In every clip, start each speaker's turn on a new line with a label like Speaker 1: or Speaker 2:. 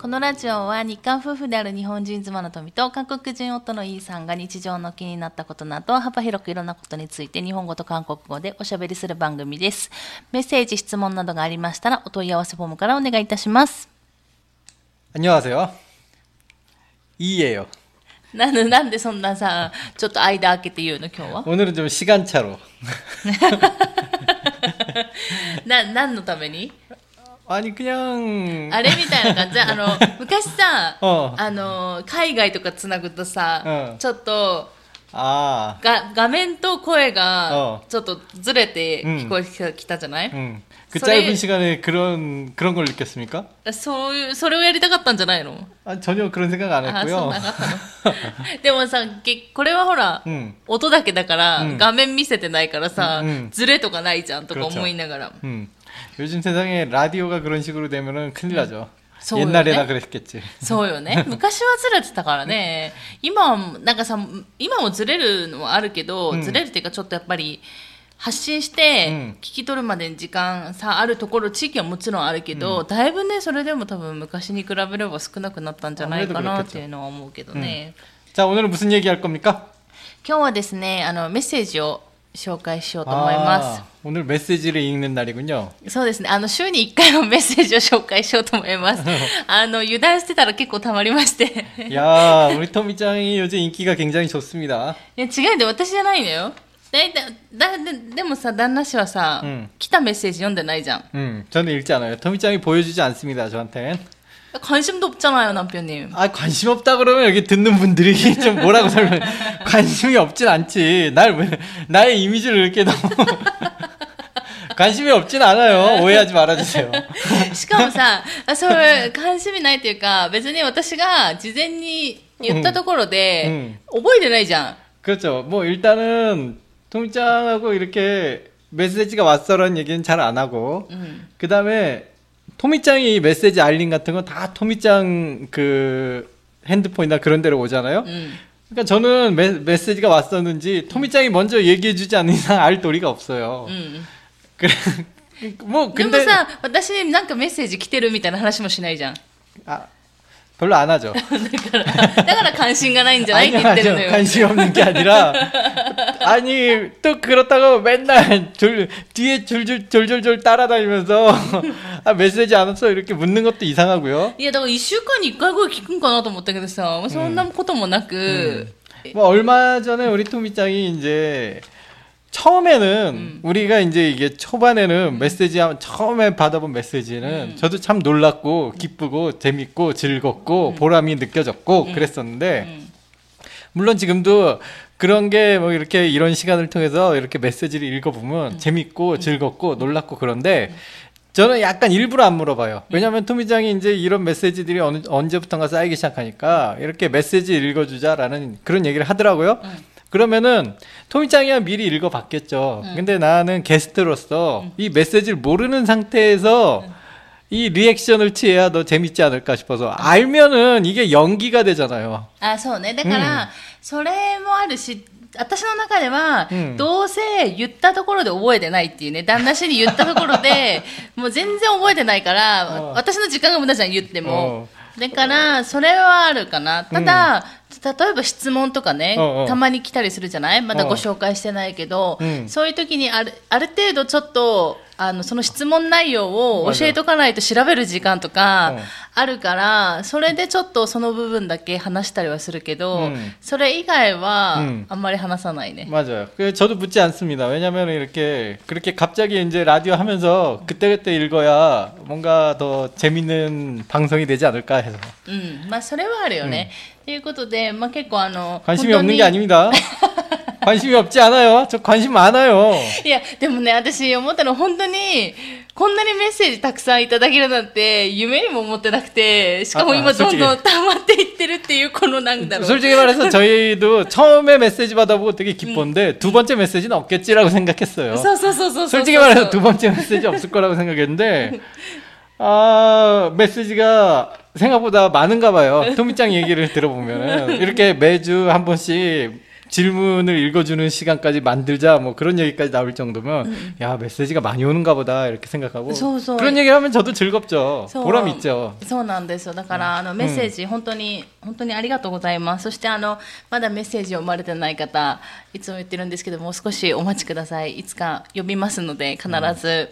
Speaker 1: このラジオは日韓夫婦である日本人妻の富と韓国人夫のイーさんが日常の気になったことなど幅広くいろんなことについて日本語と韓国語でおしゃべりする番組ですメッセージ質問などがありましたらお問い合わせフォームからお願いいたします
Speaker 2: 안녕하세요. 이예요.
Speaker 1: なんでなんでそんなさちょっと間空けて言うの今日は
Speaker 2: 오늘은 좀 시간차로.
Speaker 1: な何のために
Speaker 2: 아니 그냥
Speaker 1: あれみたいな感じあの昔さ、
Speaker 2: うん
Speaker 1: あの海外とかつなぐとさ、
Speaker 2: うん
Speaker 1: ちょっと
Speaker 2: 아
Speaker 1: が画面と声が
Speaker 2: うん
Speaker 1: ちょっとずれて聞こえてきたじゃない、
Speaker 2: 음. 그
Speaker 1: 소리-
Speaker 2: 짧은 시간에 그런 그런 걸 느꼈습니까?
Speaker 1: そういうそれをやりたかったんじゃないの
Speaker 2: 아, 전혀 그런 생각 안
Speaker 1: あそん
Speaker 2: 했고요.
Speaker 1: なかったの でもさけこれはほら、
Speaker 2: 음.
Speaker 1: 音だけだから、
Speaker 2: うん
Speaker 1: 画面見せてないからさ、
Speaker 2: うんうん
Speaker 1: ずれとかないじゃんとか
Speaker 2: 그렇죠
Speaker 1: 思いながら
Speaker 2: 음. 요즘 세상에 라디오가 그런 식으로 되면은 큰일
Speaker 1: 음.
Speaker 2: 나죠.
Speaker 1: 서울에?
Speaker 2: 옛날에나 그랬겠지.
Speaker 1: そうよ ね昔はずれてたからね今はなんかさ今もずれるのはあるけど、
Speaker 2: うん
Speaker 1: ずれるっていうかちょっとやっぱり発信し
Speaker 2: う
Speaker 1: て
Speaker 2: ん
Speaker 1: 聞き取るまでに時間さあるところ地域はもちろんあるけど、だいぶねそれでも多分昔に比べれば少なくなったんじゃないかなっていうのは思うけどね、
Speaker 2: 자, 오늘은 무슨 얘기 할 겁니까?
Speaker 1: 今日はですねあのメッセージを紹介しようと思います
Speaker 2: 아, 오늘 메시지를 읽는 날이군요.
Speaker 1: そうですね。あの、週に1回のメッセージを紹介しようと思い ます。あの、油断してたら結構溜まりまして。
Speaker 2: 야, 우리 토미짱이 요즘 인기가 굉장히 좋습니다.
Speaker 1: いや違うんだよ私じゃないのよ大体だででもさ旦那氏はさ、
Speaker 2: うん
Speaker 1: 来たメッセージ読んでないじゃん
Speaker 2: 음, 저는 읽지 않아요. 토미짱이 보여주지 않습니다. 저한텐.
Speaker 1: 관심도 없잖아요 남편님
Speaker 2: 아 관심 없다 그러면 여기 듣는 분들이 좀 뭐라고 설명? 관심이 없진 않지. 날 왜, 나의 이미지를 이렇게 너무 관심이 없진 않아요. 오해하지 말아주세요.
Speaker 1: しかも さあそういう関心ないっていうか別に私が事前に言ったところで、覚えてないじゃん
Speaker 2: 그렇죠. 뭐 일단은 토미짱하고 이렇게 메시지가 왔어라는 얘기는 잘 안 하고
Speaker 1: うん
Speaker 2: 그 다음에 토미짱이 이 메시지 알림 같은 건 다 토미짱 그 핸드폰이나 그런 데로 오잖아요.
Speaker 1: うん、
Speaker 2: 그러니까 저는 메, 메시지가 왔었는지 토미짱이 먼저 얘기해주지 않는 이상 알 도리가 없어요.
Speaker 1: うん、
Speaker 2: 그래, 뭐
Speaker 1: でも
Speaker 2: 근데
Speaker 1: さ私になんかメッセージ来てるみたいな話もしないじゃん
Speaker 2: 아, 별로 안 하죠.
Speaker 1: だからだから関心がないんじゃないって言ってるの
Speaker 2: 아니요,
Speaker 1: よ
Speaker 2: 관심 없는 게 아니라 아니 또 그렇다고 맨날 졸, 뒤에 줄줄 졸졸졸 따라다니면서 아, 메시지 안 왔어 이렇게 묻는 것도 이상하고요.
Speaker 1: いやだから1週間に1回ぐらい聞くんかなと思ったけどさそんなこともなく、
Speaker 2: 뭐 얼마 전에 우리 토미짱이 이제 처음에는 우리가 이제 이게 초반에는 메시지 한- 처음에 받아본 메시지는 저도 참 놀랐고 기쁘고 재밌고 즐겁고 보람이 느껴졌고 그랬었는데
Speaker 1: 음.
Speaker 2: 물론 지금도 그런 게 뭐 이렇게 이런 시간을 통해서 이렇게 메시지를 읽어보면 재밌고 즐겁고 놀랍고 그런데 저는 약간 일부러 안 물어봐요. 왜냐하면 토미장이 이제 이런 메시지들이 어느, 언제부턴가 쌓이기 시작하니까 이렇게 메시지 읽어주자라는 그런 얘기를 하더라고요. 그러면은 토미짱이야 미리 읽어봤겠죠. 근데 나는 게스트로서 이 메시지를 모르는 상태에서 이 리액션을 취해야 더 재밌지 않을까 싶어서 알면은 이게 연기가 되잖아요.
Speaker 1: あそうねだから、それもあるし私の中では、
Speaker 2: うん
Speaker 1: どうせ言ったところで覚えてないっていうね旦那氏に言ったところ でもう全然覚えてないから
Speaker 2: うん
Speaker 1: 私の時間が無駄じゃん言っても。だから、それはあるかな。ただ、例えば質問とかね、
Speaker 2: うんうん
Speaker 1: たまに来たりするじゃないまだ
Speaker 2: うん
Speaker 1: ご紹介してないけど、
Speaker 2: うん
Speaker 1: そういう時にある、ある程度ちょっと、あの、その質問内容を教えとかないと調べる時間とか、
Speaker 2: うん
Speaker 1: あるから、それでちょっとその部分だけ話したりはするけど、
Speaker 2: うん
Speaker 1: それ以外は
Speaker 2: うん
Speaker 1: あんまり話さないね。
Speaker 2: 맞아요. 그 저도 묻지 않습니다. 왜냐면 이렇게 그렇게 갑자기 이제 라디오 하면서 그때그때 읽어야 뭔가 더 재밌는 방송이 되지 않을까 해서
Speaker 1: うん。まあ、それはあるよね。と、いうことで、まあ結構あの、
Speaker 2: 관심이
Speaker 1: 本当
Speaker 2: 없는
Speaker 1: に
Speaker 2: 게 아닙니다. 관심이 없지 않아요. 저 관심 많아요.
Speaker 1: いや、でもね、私思ったの本当に、こんなにメッセージたくさんいただけるなんて、夢にも思ってなくて、しかも
Speaker 2: ああ
Speaker 1: 今どんどん
Speaker 2: 솔직히
Speaker 1: 溜まっていってるっていう、このなんだろう。
Speaker 2: 솔직히 말해서 저희도 처음에 메시지 받아보고 되게 기뻤는데 두 번째 메시지는 없겠지라고 생각했어요.
Speaker 1: そうそうそうそう。
Speaker 2: 솔직히 말해서 두 번째 메시지 없을 거라고 생각했는데 아 메시지가 생각보다 많은가 봐요. 토미짱 얘기를 들어보면은 이렇게 매주 한 번씩 질문을 읽어주는 시간까지 만들자 뭐 그런 얘기까지 나올 정도면 야 메시지가 많이 오는가 보다 이렇게 생각하고
Speaker 1: そうそう
Speaker 2: 그런 얘기를 하면 음. 저도 즐겁죠
Speaker 1: そう
Speaker 2: 보람 있죠
Speaker 1: そうなんですよだから、あのメッセージ、本当に本当にありがとうございますそしてあのまだメッセージ読まれてない方いつも言ってるんですけどもう少しお待ちくださいいつか呼びますので必ず、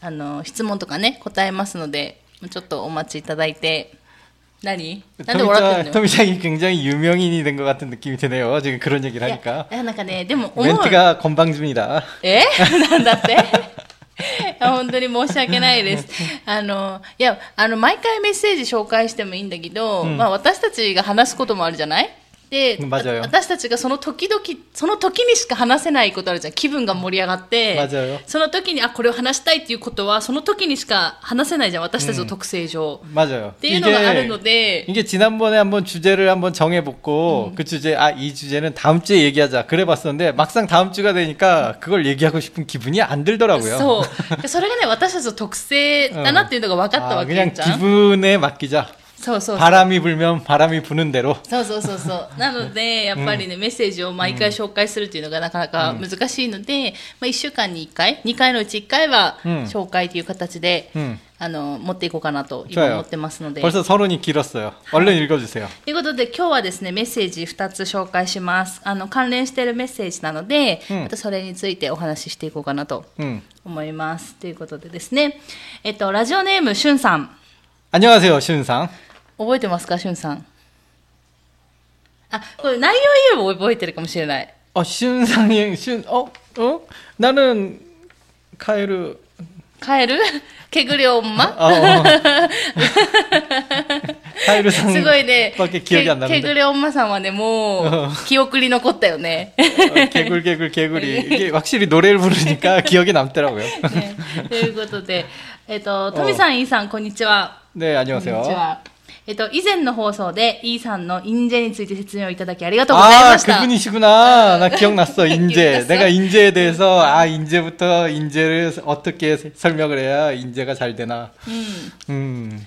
Speaker 1: あの質問とかね答えますのでちょっとお待ちいただいて何なんで笑ってんの
Speaker 2: 토미짱,
Speaker 1: よ
Speaker 2: 토미짱이 굉장히 유명인이 된 것 같은 느낌이 드네요 지금 그런 얘기를
Speaker 1: いや
Speaker 2: 하니까
Speaker 1: いやなんかねでも思う
Speaker 2: 멘트가 건방집니다
Speaker 1: え なんだっていや本当に申し訳ないです。あの、いや、あの、毎回メッセージ紹介してもいいんだけど、まあ私たちが話すこともあるじゃないで、
Speaker 2: うん맞아요
Speaker 1: わ私たちがその時々、その時にしか話せないことあるじゃん。気分が盛り上がって、
Speaker 2: 맞아요
Speaker 1: その時に、あ、これを話したいっていうことは、その時にしか話せないじゃん。私たちの特性上。
Speaker 2: 맞아요
Speaker 1: っていうのがあるので、
Speaker 2: 이게 지난번에 한번 주제를 한번 정해보고 그 주제 아 이 주제는 다음 주에 얘기하자 그래봤었는데 막상 다음 주가 되니까 그걸 얘기하고 싶은 기분이 안 들더라고요.
Speaker 1: そう。でそれがね、私たちの特性だなっていうのが分かった
Speaker 2: 아,
Speaker 1: わけじゃん。
Speaker 2: 그냥 기분에 맡기자.
Speaker 1: そうそうそう。
Speaker 2: 바람이 불면 바람이 부는 대로.
Speaker 1: そうそうそう そう。なので、やっぱりね、メッセージを毎回紹介するっていうのがなかなか難しいので、まあ、1週間に1回、2回のうち1回は
Speaker 2: うん
Speaker 1: 紹介という形で、
Speaker 2: 음.
Speaker 1: あの、持っていこうかなと今
Speaker 2: 좋아요.
Speaker 1: 思ってますので。
Speaker 2: 벌써 서론이 길었어요. 얼른 읽어주세요.
Speaker 1: ということで、今日はですね、メッセージ2つ紹介します。あの、関連しているメッセージなので、
Speaker 2: うん
Speaker 1: またそれについてお話ししていこうかなと
Speaker 2: 음.
Speaker 1: 思います。ということでですね、えっと、ラジオネーム、しゅんさん。
Speaker 2: 안녕하세요, 신상.
Speaker 1: 覚えてますか、しゅんさん。あ、これ内容言えば覚えてるかもしれない。
Speaker 2: 어, 신상이 신 어? 어? 나는 카에르
Speaker 1: カエ ル 개구리 엄마?
Speaker 2: 아, 어. 카에르
Speaker 1: すごいね。
Speaker 2: 상밖에 기억이 안
Speaker 1: け
Speaker 2: 나는데.
Speaker 1: 개구리 엄마さんはね、もう、記憶に残ったよ ね。
Speaker 2: 어, 개굴 개굴 개구리
Speaker 1: 네.
Speaker 2: 이게 확실히 노래를 부르니까 기억에 남더라고요.
Speaker 1: ねということで、えっ、と、トミさん、イーさん、こんにちは。
Speaker 2: 네
Speaker 1: こんに
Speaker 2: 안녕하세요.
Speaker 1: ちは。えっ、と、以前の放送で、イーさんのインジェについて説明をいただきありがとうござい
Speaker 2: 아
Speaker 1: ました。
Speaker 2: 그분이시구나. 나 기억났어
Speaker 1: 아.
Speaker 2: 인재.
Speaker 1: 기억났어?
Speaker 2: 내가 인재에 대해서 아 인재부터 인재를 어떻게 세- 설명을 해야 인재가 잘 되나. 음.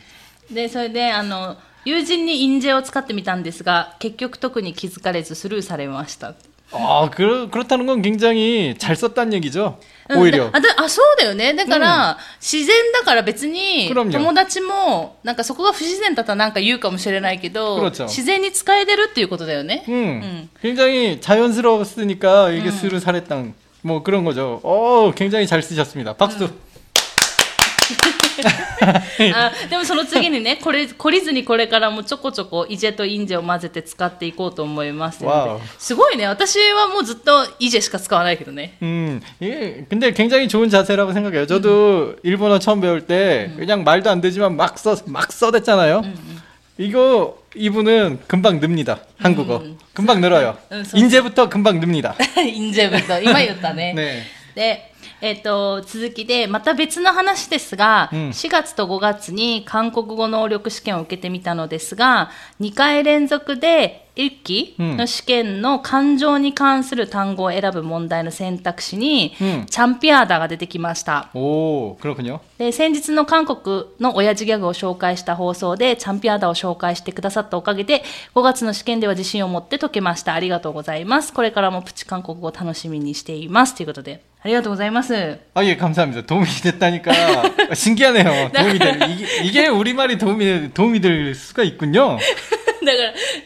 Speaker 1: で、それで、あの、友人にインジェを使ってみたんですが、結局特に気づかれずスルーされました。
Speaker 2: 아 그렇 그렇다는 건 굉장히 잘 썼다는 얘기죠.
Speaker 1: うん
Speaker 2: 오히려.
Speaker 1: あだあそうだよねだから、自然だから別に
Speaker 2: クロミよ
Speaker 1: 友達もなんかそこが不自然だったらなんか言うかもしれないけど
Speaker 2: クロちゃん
Speaker 1: 自然に使えてるっていうことだよね、
Speaker 2: 음.
Speaker 1: 음.
Speaker 2: 굉장히 자연스러웠으니까 이게 스루 사랬던 뭐 그런 거죠. 어 굉장히 잘 쓰셨습니다. 박수.
Speaker 1: 음. あでもその次にねこれ懲りずにこれからもちょこちょこイジェとインジェを混ぜて使っていこうと思います
Speaker 2: わお
Speaker 1: すごいね私はもうずっとイジェしか使わないけどね
Speaker 2: 음, 예, 근데 굉장히 좋은 자세라고 생각해요. 저도 일본어 처음 배울 때 그냥 말도 안 되지만 막 써, 막 써댔잖아요.
Speaker 1: 음,
Speaker 2: 이거, 이분은 금방 늡니다. 한국어. 금방 늘어요.
Speaker 1: 음, 소-
Speaker 2: 인제부터 금방 늡니다.
Speaker 1: インジェブと今言った ね
Speaker 2: 네.
Speaker 1: で、えっと続きでまた別の話ですが、
Speaker 2: うん
Speaker 1: 4月と5月に韓国語能力試験を受けてみたのですが2回連続で1期
Speaker 2: うん
Speaker 1: の試験の感情に関する単語を選ぶ問題の選択肢に、
Speaker 2: うん
Speaker 1: チャンピアーダが出てきました。
Speaker 2: 오, 그렇군요.
Speaker 1: で先日の韓国の親父ギャグを紹介した放送でチャンピアーダを紹介してくださったおかげで5月の試験では自信を持って解けましたありがとうございますこれからもプチ韓国語を楽しみにしていますということでありがとうござい ます
Speaker 2: 아, 예, 감사합니다. 도움이 됐다니까. 신기하네요. 도움이 되 이게, 이게 우리말이 도움이, 도움이 될 수가 있군요.
Speaker 1: だか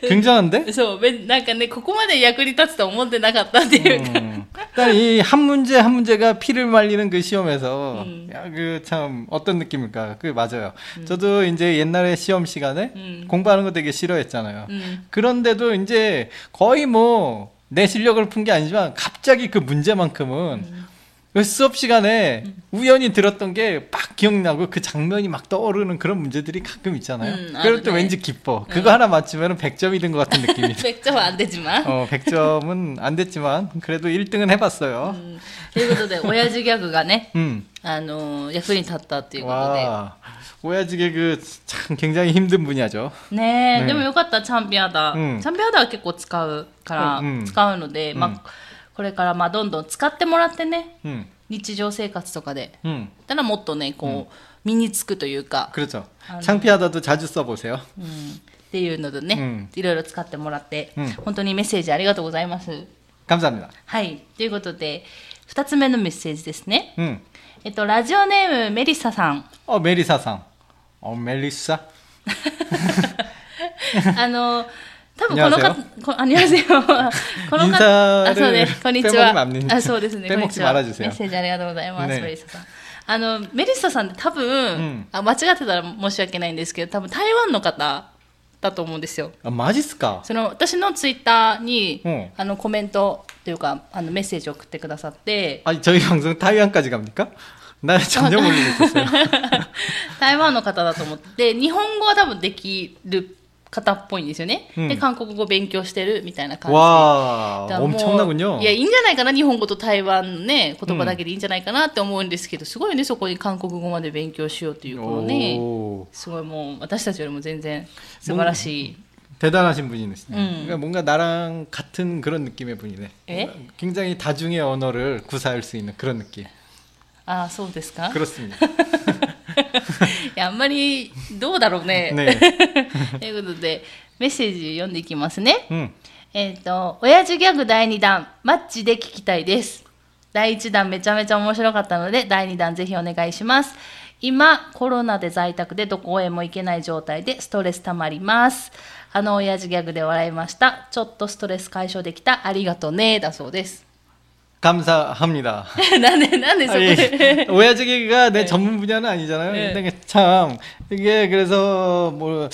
Speaker 2: 굉장한데?
Speaker 1: らそうめなんかねここまで役に立つとは思ってなかったっていうか、
Speaker 2: 음. 일단 이 한 문제 한 문제가 피를 말리는 그 시험에서 야 그 참 어떤 느낌일까 그 맞아요. 저도 이제 옛날에 시험 시간에 공부하는 거 되게 싫어했잖아요. 그런데도 이제 거의 뭐 내 실력을 푼 게 아니지만 갑자기 그 문제만큼은 그 수업 시간에 우연히 들었던 게 빡 기억나고 그 장면이 막 떠오르는 그런 문제들이 가끔 있잖아요.
Speaker 1: 음,
Speaker 2: 그럴 때
Speaker 1: 아, 네.
Speaker 2: 왠지 기뻐. 그거 하나 맞추면 100점이 된 것 같은 느낌이
Speaker 1: めっちゃは安定自慢
Speaker 2: 어 100점은 안 됐지만 그래도 1등은 해봤어요.
Speaker 1: ということで親父ギャグがね
Speaker 2: 음.
Speaker 1: あのー役に立ったっていうことで
Speaker 2: 와. 오야지 개그 참 굉장히 힘든 분야죠.
Speaker 1: ねえ、
Speaker 2: ね
Speaker 1: でもよかった、チャンピアダ。
Speaker 2: うん
Speaker 1: チャンピアダは結構使うから、
Speaker 2: うんうん
Speaker 1: 使うので、
Speaker 2: うん
Speaker 1: まあ、これからまあどんどん使ってもらってね、
Speaker 2: 음.
Speaker 1: 日常生活とかで。
Speaker 2: 음.
Speaker 1: たらもっとね、こう、身につくというか、
Speaker 2: 그렇죠. 창피하다도 자주 써보세요.
Speaker 1: うんっていうのでね、
Speaker 2: うん
Speaker 1: いろいろ使ってもらって、
Speaker 2: うん
Speaker 1: 本当にメッセージありがとうございます。
Speaker 2: 감사합니다.
Speaker 1: はい。ということで、二つ目のメッセージですね。
Speaker 2: 음.
Speaker 1: えっと、ラジオネームメリッサさん。
Speaker 2: 어 메리사상. 어 멜리사.
Speaker 1: あの、多分この方、こあり ますよ。この
Speaker 2: 인사를
Speaker 1: あ、そう です。こんにちは。
Speaker 2: 빼먹으면안 되니까.
Speaker 1: あ、そうですね。こんにちは。メ
Speaker 2: 빼먹지 말아주세요.
Speaker 1: ッセージありがとうございます、
Speaker 2: ね
Speaker 1: メリッサさん。あの、メリッサさんって多分、
Speaker 2: ん
Speaker 1: あ間違ってたら申し訳ないんですけど、多分台湾の方だと思うんですよ。
Speaker 2: 아, 마지스카.
Speaker 1: その私のツイッターに、
Speaker 2: うん
Speaker 1: あのコメントというかあのメッセージを送ってくださって、
Speaker 2: 아니 저희 방송 타이완까지 갑니까? 나 전혀 모르고 있었어요.
Speaker 1: 台湾の方だと思って日本語は多分できる方っぽいんですよね、
Speaker 2: うん
Speaker 1: で韓国語勉強してるみたいな感じ
Speaker 2: 와
Speaker 1: だからもう
Speaker 2: 엄청나군요.
Speaker 1: いやいいんじゃないかな日本語と台湾のね言葉だけでいいんじゃないかなって思うんですけど、すごいねそこに韓国語まで勉強しようというこのね
Speaker 2: 오,
Speaker 1: すごいもう私たちよりも全然素晴らしい、
Speaker 2: 대단하신 분이시네.
Speaker 1: 음.
Speaker 2: 그러니까 뭔가 나랑 같은 그런 느낌의 분이네.
Speaker 1: 에?
Speaker 2: 굉장히 다중의 언어를 구사할 수 있는 그런 느낌.
Speaker 1: ああそうですか
Speaker 2: 그렇습니다.
Speaker 1: いやあんまりどうだろうね
Speaker 2: 네.
Speaker 1: ということでメッセージ読んでいきますね
Speaker 2: 음.
Speaker 1: えっ、と親父ギャグ第2弾マッチで聞きたいです第1弾めちゃめちゃ面白かったので第2弾ぜひお願いします今コロナで在宅でどこへも行けない状態でストレス溜まりますあの親父ギャグで笑いましたちょっとストレス解消できたありがとねだそうです
Speaker 2: 감사합니다.
Speaker 1: なんでなんでそこ
Speaker 2: 아니,
Speaker 1: で
Speaker 2: 오야지기가 내 전문 분야는 아니잖아요.
Speaker 1: 네.
Speaker 2: 근데 이게 참 이게 그래서 뭐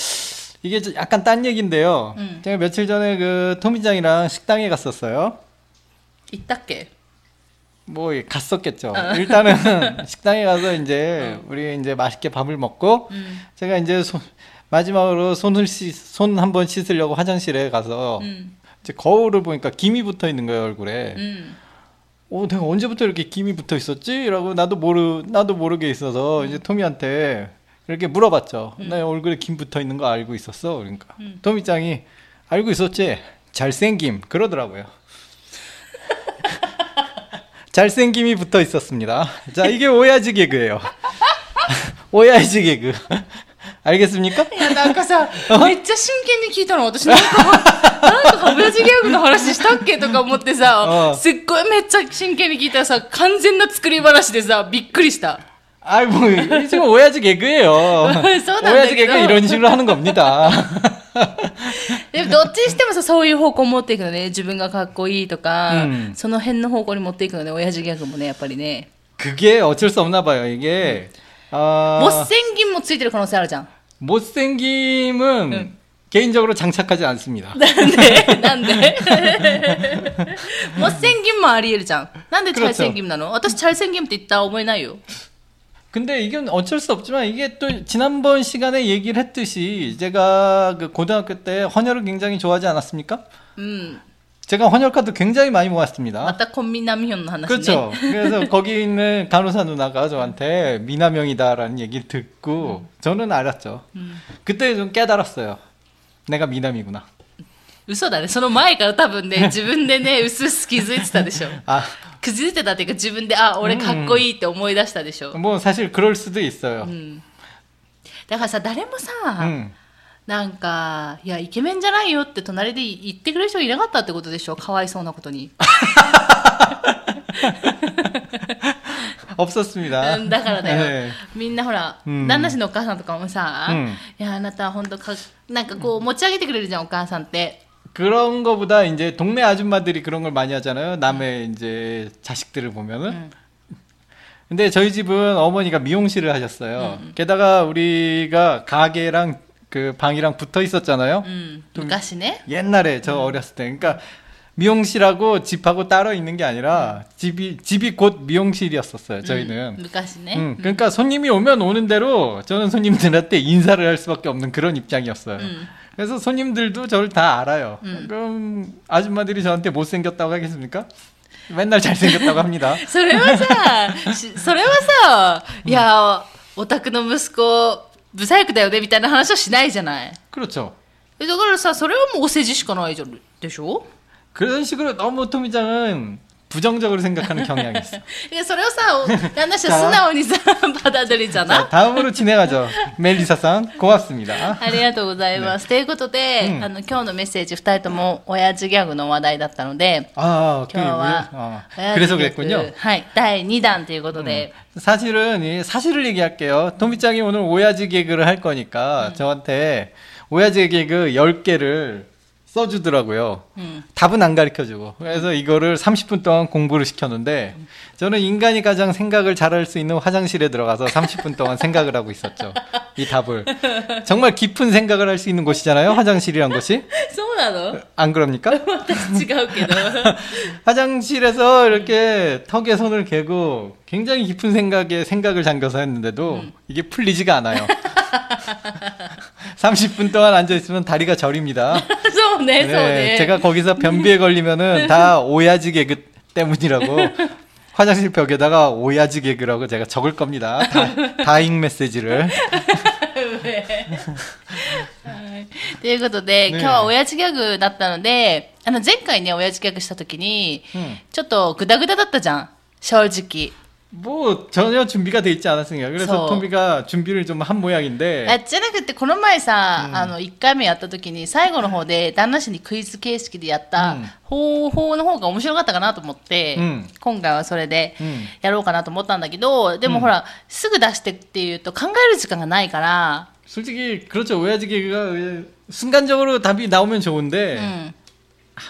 Speaker 2: 이게 좀 약간 딴 얘기인데요.
Speaker 1: 음.
Speaker 2: 제가 며칠 전에 그 토미장이랑 식당에 갔었어요.
Speaker 1: 言ったっけ
Speaker 2: 뭐 예, 갔었겠죠. 일단은 식당에 가서 이제 우리 이제 맛있게 밥을 먹고
Speaker 1: 음.
Speaker 2: 제가 이제 손- 마지막으로 손을 씻- 손 한번 씻으려고 화장실에 가서
Speaker 1: うん、
Speaker 2: 이제 거울을 보니까 김이 붙어 있는 거예요 얼굴에.
Speaker 1: うん、
Speaker 2: 어, 내가 언제부터 이렇게 김이 붙어 있었지? 라고 나도 모르 나도 모르게
Speaker 1: 음.
Speaker 2: 있어서 이제 토미한테 이렇게 물어봤죠. 내 얼굴에 김 붙어 있는 거 알고 있었어. 그러니까
Speaker 1: 음.
Speaker 2: 토미짱이 알고 있었지. 잘생김 그러더라고요. 잘생김이 붙어 있었습니다. 자, 이게 오야지 개그예요. 오야지 개그. 알겠습니까?
Speaker 1: いやなんか さ、めっちゃ真剣に聞いたの、私なんか、なんか親父ギャグの話したっけとか思って
Speaker 2: う
Speaker 1: さ
Speaker 2: ん、
Speaker 1: すっごいめっちゃ真剣に聞いたらさ、完全な作り話でさ、びっくりした。
Speaker 2: 아이 뭐 지금 오야지 개그예요.
Speaker 1: 어, 쏟아내기도.
Speaker 2: 오야지 개그 이런 식으로 하는 겁니다.
Speaker 1: でどっちにしてもさ、そういう方向持っていくのね、自分がかっこいいとか、
Speaker 2: うん
Speaker 1: その辺の方向に持っていくのね、親父ギャグもね、やっぱりね。
Speaker 2: 그게 어쩔 수 없나 봐요. 이게 아,
Speaker 1: ボッセンギンもついてる可能性あるじゃん。
Speaker 2: 못생김은
Speaker 1: 응.
Speaker 2: 개인적으로 장착하지 않습니다.
Speaker 1: なんで なんでボッセンギンもあり得るじゃん。なんでチャイセンギンなの私チャイセンギンって言った覚えないよ。
Speaker 2: 근데 이건 어쩔 수 없지만 이게 또 지난번 시간에 얘기를 했듯이 제가 그 고등학교 때 헌혈을 굉장히 좋아하지 않았습니까?
Speaker 1: うん。
Speaker 2: 제가 헌혈카드 굉장히 많이
Speaker 1: ま
Speaker 2: 모았습니다.
Speaker 1: たコンビナミヒョンの話ね。
Speaker 2: 그렇죠. 그래서 거기 있는 간호사 누나가 저한테 미남형이다라는 얘기를 듣고 저는 알았죠. 그때 좀 깨달았어요. 내가 미남이구나.
Speaker 1: 嘘だね。その前から多分ね、自分でね、薄々気づいてたでしょ。
Speaker 2: 아,
Speaker 1: 気づいてたっていうか、自分で、あ、俺かっこいいって思い出したでしょ。
Speaker 2: 뭐 사실 그럴 수도 있어요.
Speaker 1: だからさ、誰もさ、
Speaker 2: 음.
Speaker 1: なんか、いや、イケメンじゃないよって隣で言ってくれる人がいなかったってことでしょ。かわいそうなことに。
Speaker 2: 없었습니다.
Speaker 1: うんだからだよ、
Speaker 2: 네.
Speaker 1: みんなほら、
Speaker 2: うん
Speaker 1: 旦那氏のお母さんとかもさ、
Speaker 2: うん
Speaker 1: いやあなたは本当かなんかこう持ち上げてくれるじゃんお母さんって
Speaker 2: 그런 거보다 이제 동네 아줌마들이 그런 걸 많이 하잖아요. 남의 이제 자식들을 보면은. 근데 저희 집은 어머니가 미용실을 하셨어요. 게다가 우리가 가게랑 그 방이랑 붙어 있었잖아요.
Speaker 1: うん昔ね
Speaker 2: 옛날에 저 어렸을 때. 그러니까 미용실하고 집하고 따로 있는 게 아니라 집이 집이 곧 미용실이었었어요.
Speaker 1: うん
Speaker 2: 저희는.
Speaker 1: 昔ね、
Speaker 2: 음. 음, 그러니까 손님이 오면 오는 대로 저는 손님들한테 인사를 할 수밖에 없는 그런 입장이었어요.
Speaker 1: 음.
Speaker 2: 그래서 손님들도 저를 다 알아요. 그럼 아줌마들이 저한테 못생겼다고 하겠습니까? 맨날 잘생겼다고 합니다.
Speaker 1: それはさ、しそれはさ、いや、お宅の息子、不細工だよねみたいな話はしないじゃない。
Speaker 2: 그렇죠.
Speaker 1: えだからさ、それはもうお世辞しかないじゃんでしょ
Speaker 2: 그런 식으로 너무 토미장은 부정적으로 생각하는 경향이 있어.
Speaker 1: それをさ、お旦那 氏は素直にさ、バダドリじゃな
Speaker 2: 자, 다음으로 진행하죠. 멜리사상 고맙습니다.
Speaker 1: ありがとうございます。ということで、あの、今日のメッセージ、二人とも親父ギャグの話題だったので、
Speaker 2: 아, 그,
Speaker 1: 今日
Speaker 2: 어,
Speaker 1: は、親父
Speaker 2: 그래서
Speaker 1: ギャグ
Speaker 2: 그랬군요.
Speaker 1: はい、第2弾ということで、
Speaker 2: 사실은 이 사실을 얘기할게요. 도미짱이 오늘 오야지 개그를 할 거니까 저한테 오야지 개그 10개를 써주더라고요. 답은 안 가르쳐 주고. 그래서 이거를 30분 동안 공부를 시켰는데 저는 인간이 가장 생각을 잘할 수 있는 화장실에 들어가서 30분 동안 생각을 하고 있었죠. 이 답을. 정말 깊은 생각을 할 수 있는 곳이잖아요. 화장실이란 곳이.
Speaker 1: そうなの
Speaker 2: 안 그럽니까?
Speaker 1: 私違うけ ど。
Speaker 2: 화장실에서 이렇게 턱에 손을 개고 굉장히 깊은 생각에 생각을 잠겨서 했는데도 이게 풀리지가 않아요. 30분 동안 앉아 있으면 다리가 저립니다.
Speaker 1: そうね、そう
Speaker 2: 네,
Speaker 1: ね。
Speaker 2: 제가 거기서 변비에 걸리면은 다 오야지 개그 때문이라고 화장실 벽에다가 오야지 개그라고 제가 적을 겁니다. 다, 다잉 메시지를.
Speaker 1: はいということで、
Speaker 2: ね
Speaker 1: 今日は親父ギャグだったので、あの前回ね、親父ギャグした時に、
Speaker 2: 음.
Speaker 1: ちょっとグダグダだったじゃん。正直。
Speaker 2: 뭐 전혀 준비가 돼 있지 않았으니까 그래서 아,
Speaker 1: 서.
Speaker 2: 토미가 준비를 좀 한 모양인데
Speaker 1: あじゃなくて、この前さ、あの、1回目やった時に、最後の方で、旦那氏にクイズ形式でやった
Speaker 2: うん
Speaker 1: 方法の方が面白かったかなと思って、
Speaker 2: うん
Speaker 1: 今回はそれで
Speaker 2: うん
Speaker 1: やろうかなと思ったんだけど、でもほら、すぐ出してっていうと考える時間がないから、
Speaker 2: 솔직히 그렇죠 오야지 개그가 예, 순간적으로 답이 나오면 좋은데
Speaker 1: うん。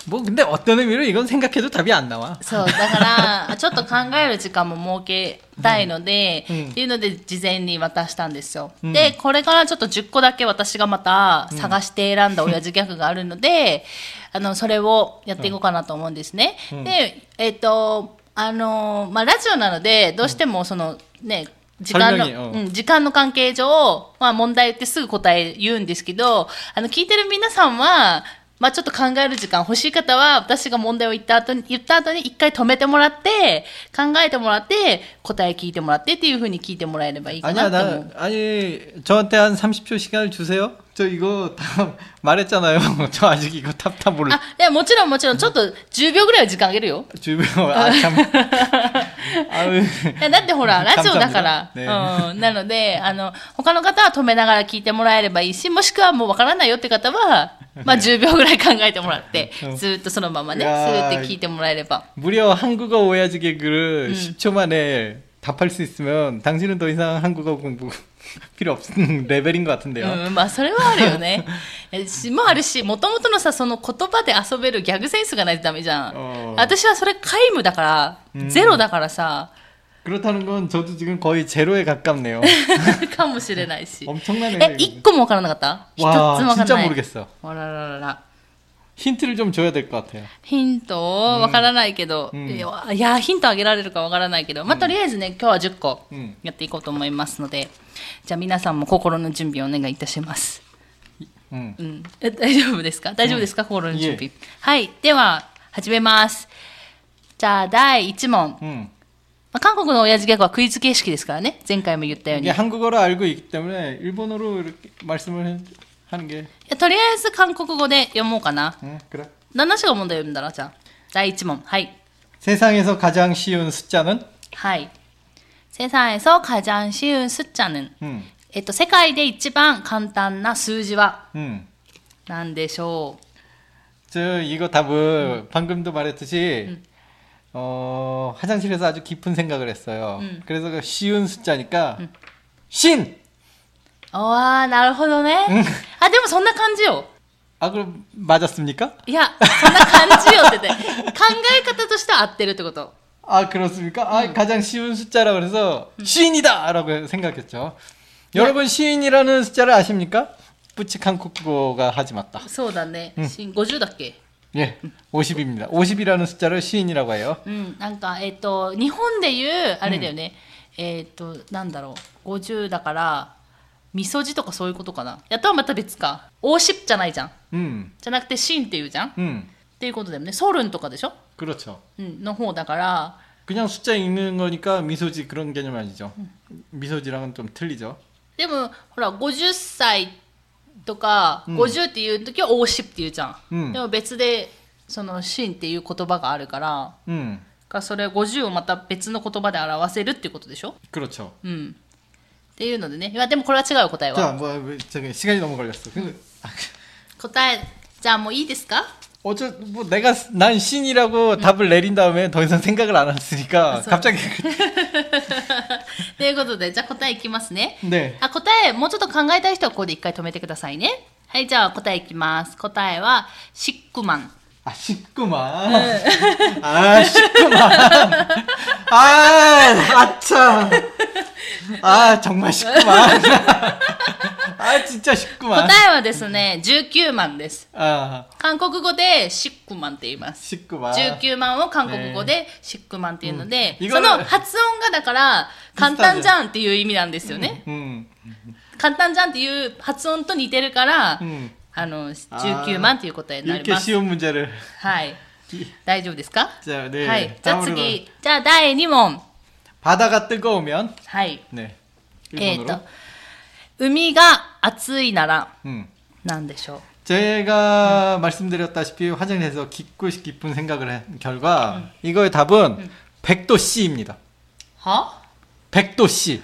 Speaker 2: 뭐 근데 어떤 의미로 이건 생각해도 답이 안 나와
Speaker 1: そう、だから、ちょっと考える時間も設けたいので、
Speaker 2: うん
Speaker 1: っていうので、事前に渡したんですよ。
Speaker 2: うん
Speaker 1: で、これからちょっと10個だけ私がまた探して選んだ親父ギャグがあるので、 あの、それをやっていこうかなと思うんですね。で、えっ、と、あのーまあ、ラジオなので、どうしてもその、ね、時間
Speaker 2: 설명이
Speaker 1: の、
Speaker 2: 어
Speaker 1: うん時間の関係上、まあ問題言ってすぐ答え言うんですけど、あの、聞いてる皆さんは、まあちょっと考える時間欲しい方は、私が問題を言った後に、言った後に一回止めてもらって、考えてもらって、答え聞いてもらってっていうふうに聞いてもらえればいいか
Speaker 2: 아니야
Speaker 1: なと思
Speaker 2: 나
Speaker 1: う。
Speaker 2: 아니 저한테 한 30초 시간을 주세요 저 이거 다 말했잖아요 저 아직 이거 답다 몰라
Speaker 1: あ、いや、もちろんもちろん、ちょっと10秒ぐらいは時間あげるよ。
Speaker 2: 주변 아참 아유
Speaker 1: いや、だってほら、ラジオだから。
Speaker 2: ね
Speaker 1: うん。なので、あの、他の方は止めながら聞いてもらえればいいし、もしくはもうわからないよって方は、まあ10秒ぐらい考えてもらって
Speaker 2: う、ん
Speaker 1: ずーっとそのままね、ず
Speaker 2: いや
Speaker 1: ー
Speaker 2: ー
Speaker 1: って聞いてもらえれば。
Speaker 2: 무려 한국어 오야지 개그를 10초 만에 답할 수 있으면 당신은 더 이상 한국어 공부 필요 없는 레벨인 것 같은데요
Speaker 1: うん、まあそれはあるよね。 えしもあるし、もともとのさ、その言葉で遊べるギャグセンスがないとダメじゃん
Speaker 2: う。ん
Speaker 1: 私はそれ皆無だから、ゼロだからさ、
Speaker 2: 그렇다는 건 저도 지금 거의 제로에 가깝네요
Speaker 1: かもしれないし。
Speaker 2: 엄청나네요
Speaker 1: え、
Speaker 2: 이거.
Speaker 1: 一個もわからなかった一つもわ
Speaker 2: 와
Speaker 1: からない。
Speaker 2: 진짜 모르겠어
Speaker 1: あらららら。
Speaker 2: 힌트를 좀 줘야 될 것 같아요.
Speaker 1: ヒントわからないけど、
Speaker 2: うん
Speaker 1: いやいや、ヒントあげられるかわからないけど、まあ、とりあえずね、今日は10個
Speaker 2: うん
Speaker 1: やっていこうと思いますので、じゃあ皆さんも心の準備をお願いいたします。
Speaker 2: 음.
Speaker 1: うん、え大丈夫ですか大丈夫ですか、心の準
Speaker 2: い
Speaker 1: 備。はい、では、始めます。じゃあ、第1問。
Speaker 2: 음.
Speaker 1: まあ韓国の親父ギャグはクイズ形式ですからね、前回も言ったように。
Speaker 2: 이게
Speaker 1: い
Speaker 2: 한국어로 알고 있기 때문에 일본어로 이렇게 말씀을 해- 하는 게.
Speaker 1: やとりあえず韓国語で読もうかな。
Speaker 2: 음, 그래.
Speaker 1: 旦那氏が問題を読んだら、じゃあ、第1問。はい。
Speaker 2: 세상에서 가장 쉬운 숫자는?
Speaker 1: はい。세상에서가장쉬운숫자는
Speaker 2: 음.
Speaker 1: えっと、世界で一番簡単な数字は
Speaker 2: 음.
Speaker 1: 何でしょ
Speaker 2: 저 이거 답을 방금도 말했듯이 어, 화장실에서 아주 깊은 생각을 했어요. 그래서 그 쉬운 숫자니까 신.
Speaker 1: うわあ、なるほどね。あ、でもそんな感じよ。
Speaker 2: 아 그럼 맞았습니까?
Speaker 1: いや、そんな感じよって言って。 考え方としては合ってるってこと。
Speaker 2: 아 그렇습니까? 아 가장 쉬운 숫자라 그래서 시인이다라고 생각했죠. 여러분 시인이라는 숫자를 아십니까? 뿌치 한국어가 하지 맞다.
Speaker 1: そうだね。し50だっけ
Speaker 2: 예, 50입니다. 50이라는 숫자를 시인이라고 해요.
Speaker 1: うん、なんか、えっと、日本でいう、あれだよね。えっと、なんだろう。50だから、みそじとかそういうことかな。やったはまた別か。オーシップじゃないじゃん。
Speaker 2: 음,
Speaker 1: じゃなくて、シンっていうじゃん。っ
Speaker 2: 음,
Speaker 1: ていうことだよね。ソルンとかでしょ
Speaker 2: 그렇죠.
Speaker 1: うん、の方だから、
Speaker 2: 그냥 숫자 읽는 거니까 미소지 그런 개념 아니죠. 미소지랑은 좀 틀리죠.
Speaker 1: でもほら50歳とか、50っていう時は「王子」っていうじゃん、
Speaker 2: うん
Speaker 1: でも別でその「シン」っていう言葉があるから
Speaker 2: 음,
Speaker 1: かそれ50をまた別の言葉で表せるっていうことでしょ
Speaker 2: 그렇죠.
Speaker 1: うん。っていうのでね。いや、でもこれは違うよ答え
Speaker 2: 자
Speaker 1: は。
Speaker 2: 뭐 왜- 저기 시간이 너무 걸렸어. 근데 아,
Speaker 1: 答え、じゃあもういいですか
Speaker 2: 어째 뭐 내가 난 신이라고 답을 내린 다음에 더 이상 생각을 안 했으니까 갑자기 그,
Speaker 1: ということで、じゃあ答えいきますね。
Speaker 2: 네.
Speaker 1: あ、答え、もうちょっと考えたい人はここで一回止めてくださいね。はい、じゃあ答えいきます。答えは、シックマン。
Speaker 2: 아 식구만. 아 식구만. 아 아차. 아 정말 식구만. 아 진짜 식구만.
Speaker 1: 答えはですね、19万です。
Speaker 2: 아
Speaker 1: 韓国語でシックマンって言います。
Speaker 2: 식구만.
Speaker 1: 19万を韓国語でシックマンっていうので、
Speaker 2: うん
Speaker 1: その発音がだから簡単じゃんっていう意味なんですよね。
Speaker 2: 음.
Speaker 1: 簡単じゃんっていう発音と似てるから、
Speaker 2: 음.
Speaker 1: あの、19万っていう答えになり
Speaker 2: 이렇게
Speaker 1: ます。
Speaker 2: 쉬운 문제를.
Speaker 1: はい。大丈夫ですか
Speaker 2: じゃあね
Speaker 1: はい。じゃあ
Speaker 2: ダブルの
Speaker 1: 次。じゃあ第2問。
Speaker 2: 바다가 뜨거우면
Speaker 1: はい。
Speaker 2: 네.
Speaker 1: えっ、
Speaker 2: 일본어로.
Speaker 1: と、海が暑いなら
Speaker 2: 음.
Speaker 1: 何でしょ
Speaker 2: 제가 말씀드렸다시피 화장실에서 깊고 깊은 생각을 한 결과 이거의 답은 백 100도씨입니다.
Speaker 1: うは
Speaker 2: 100도씨.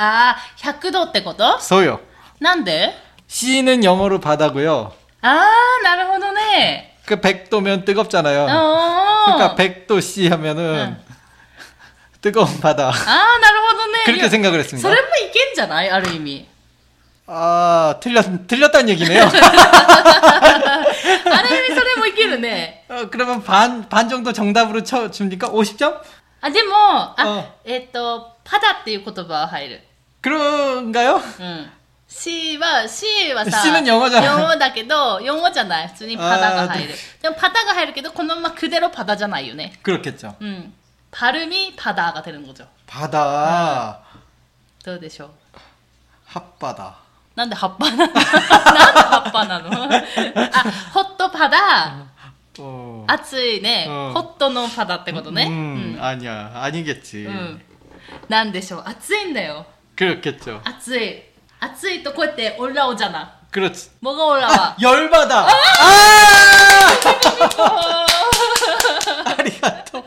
Speaker 1: あー、100度ってこと
Speaker 2: 소요.
Speaker 1: なんで
Speaker 2: C는 영어로 바다고요.
Speaker 1: あー、なるほどね。
Speaker 2: 그 100도면 뜨겁잖아요.
Speaker 1: おー。
Speaker 2: 그러니까 100도씨 하면은 뜨거운 바다.
Speaker 1: ああ、なるほどね。
Speaker 2: 그렇게
Speaker 1: いや
Speaker 2: 생각을 했습니다.
Speaker 1: それもいけんじゃないある意味。
Speaker 2: 아, 틀렸, 틀렸다는 얘기네요.
Speaker 1: ある意味それもいけるね。
Speaker 2: 어, 그러면 반, 반 정도 정답으로 쳐 줍니까? 50점?
Speaker 1: あ、でも、あ、
Speaker 2: うん
Speaker 1: えっと、パダっていう言葉は入る。
Speaker 2: 그런가요?
Speaker 1: うん。C は、C はさ、
Speaker 2: C는 영어잖아
Speaker 1: 영어だけど、4語じゃない。普通にパダが入る
Speaker 2: あ。
Speaker 1: でもパダが入るけど、このままクデロパダじゃないよね。
Speaker 2: 그렇겠죠.
Speaker 1: うん。パルミパダが出るのじゃ。
Speaker 2: 바다,
Speaker 1: どうでしょう
Speaker 2: 네. 핫바다.
Speaker 1: なんで葉っぱな のなんで葉っぱなのあ、ホットパダ、
Speaker 2: 어.
Speaker 1: 熱いね、
Speaker 2: うん
Speaker 1: ホットのパダってことね。
Speaker 2: 음, 아니야. 아니겠지.
Speaker 1: うん、なんでしょう暑いんだよ
Speaker 2: 그렇겠죠.
Speaker 1: 暑い暑いとこうやってオラオじゃな
Speaker 2: 그렇지.
Speaker 1: もがオラは
Speaker 2: 아. 열받아. 아! 아리가또.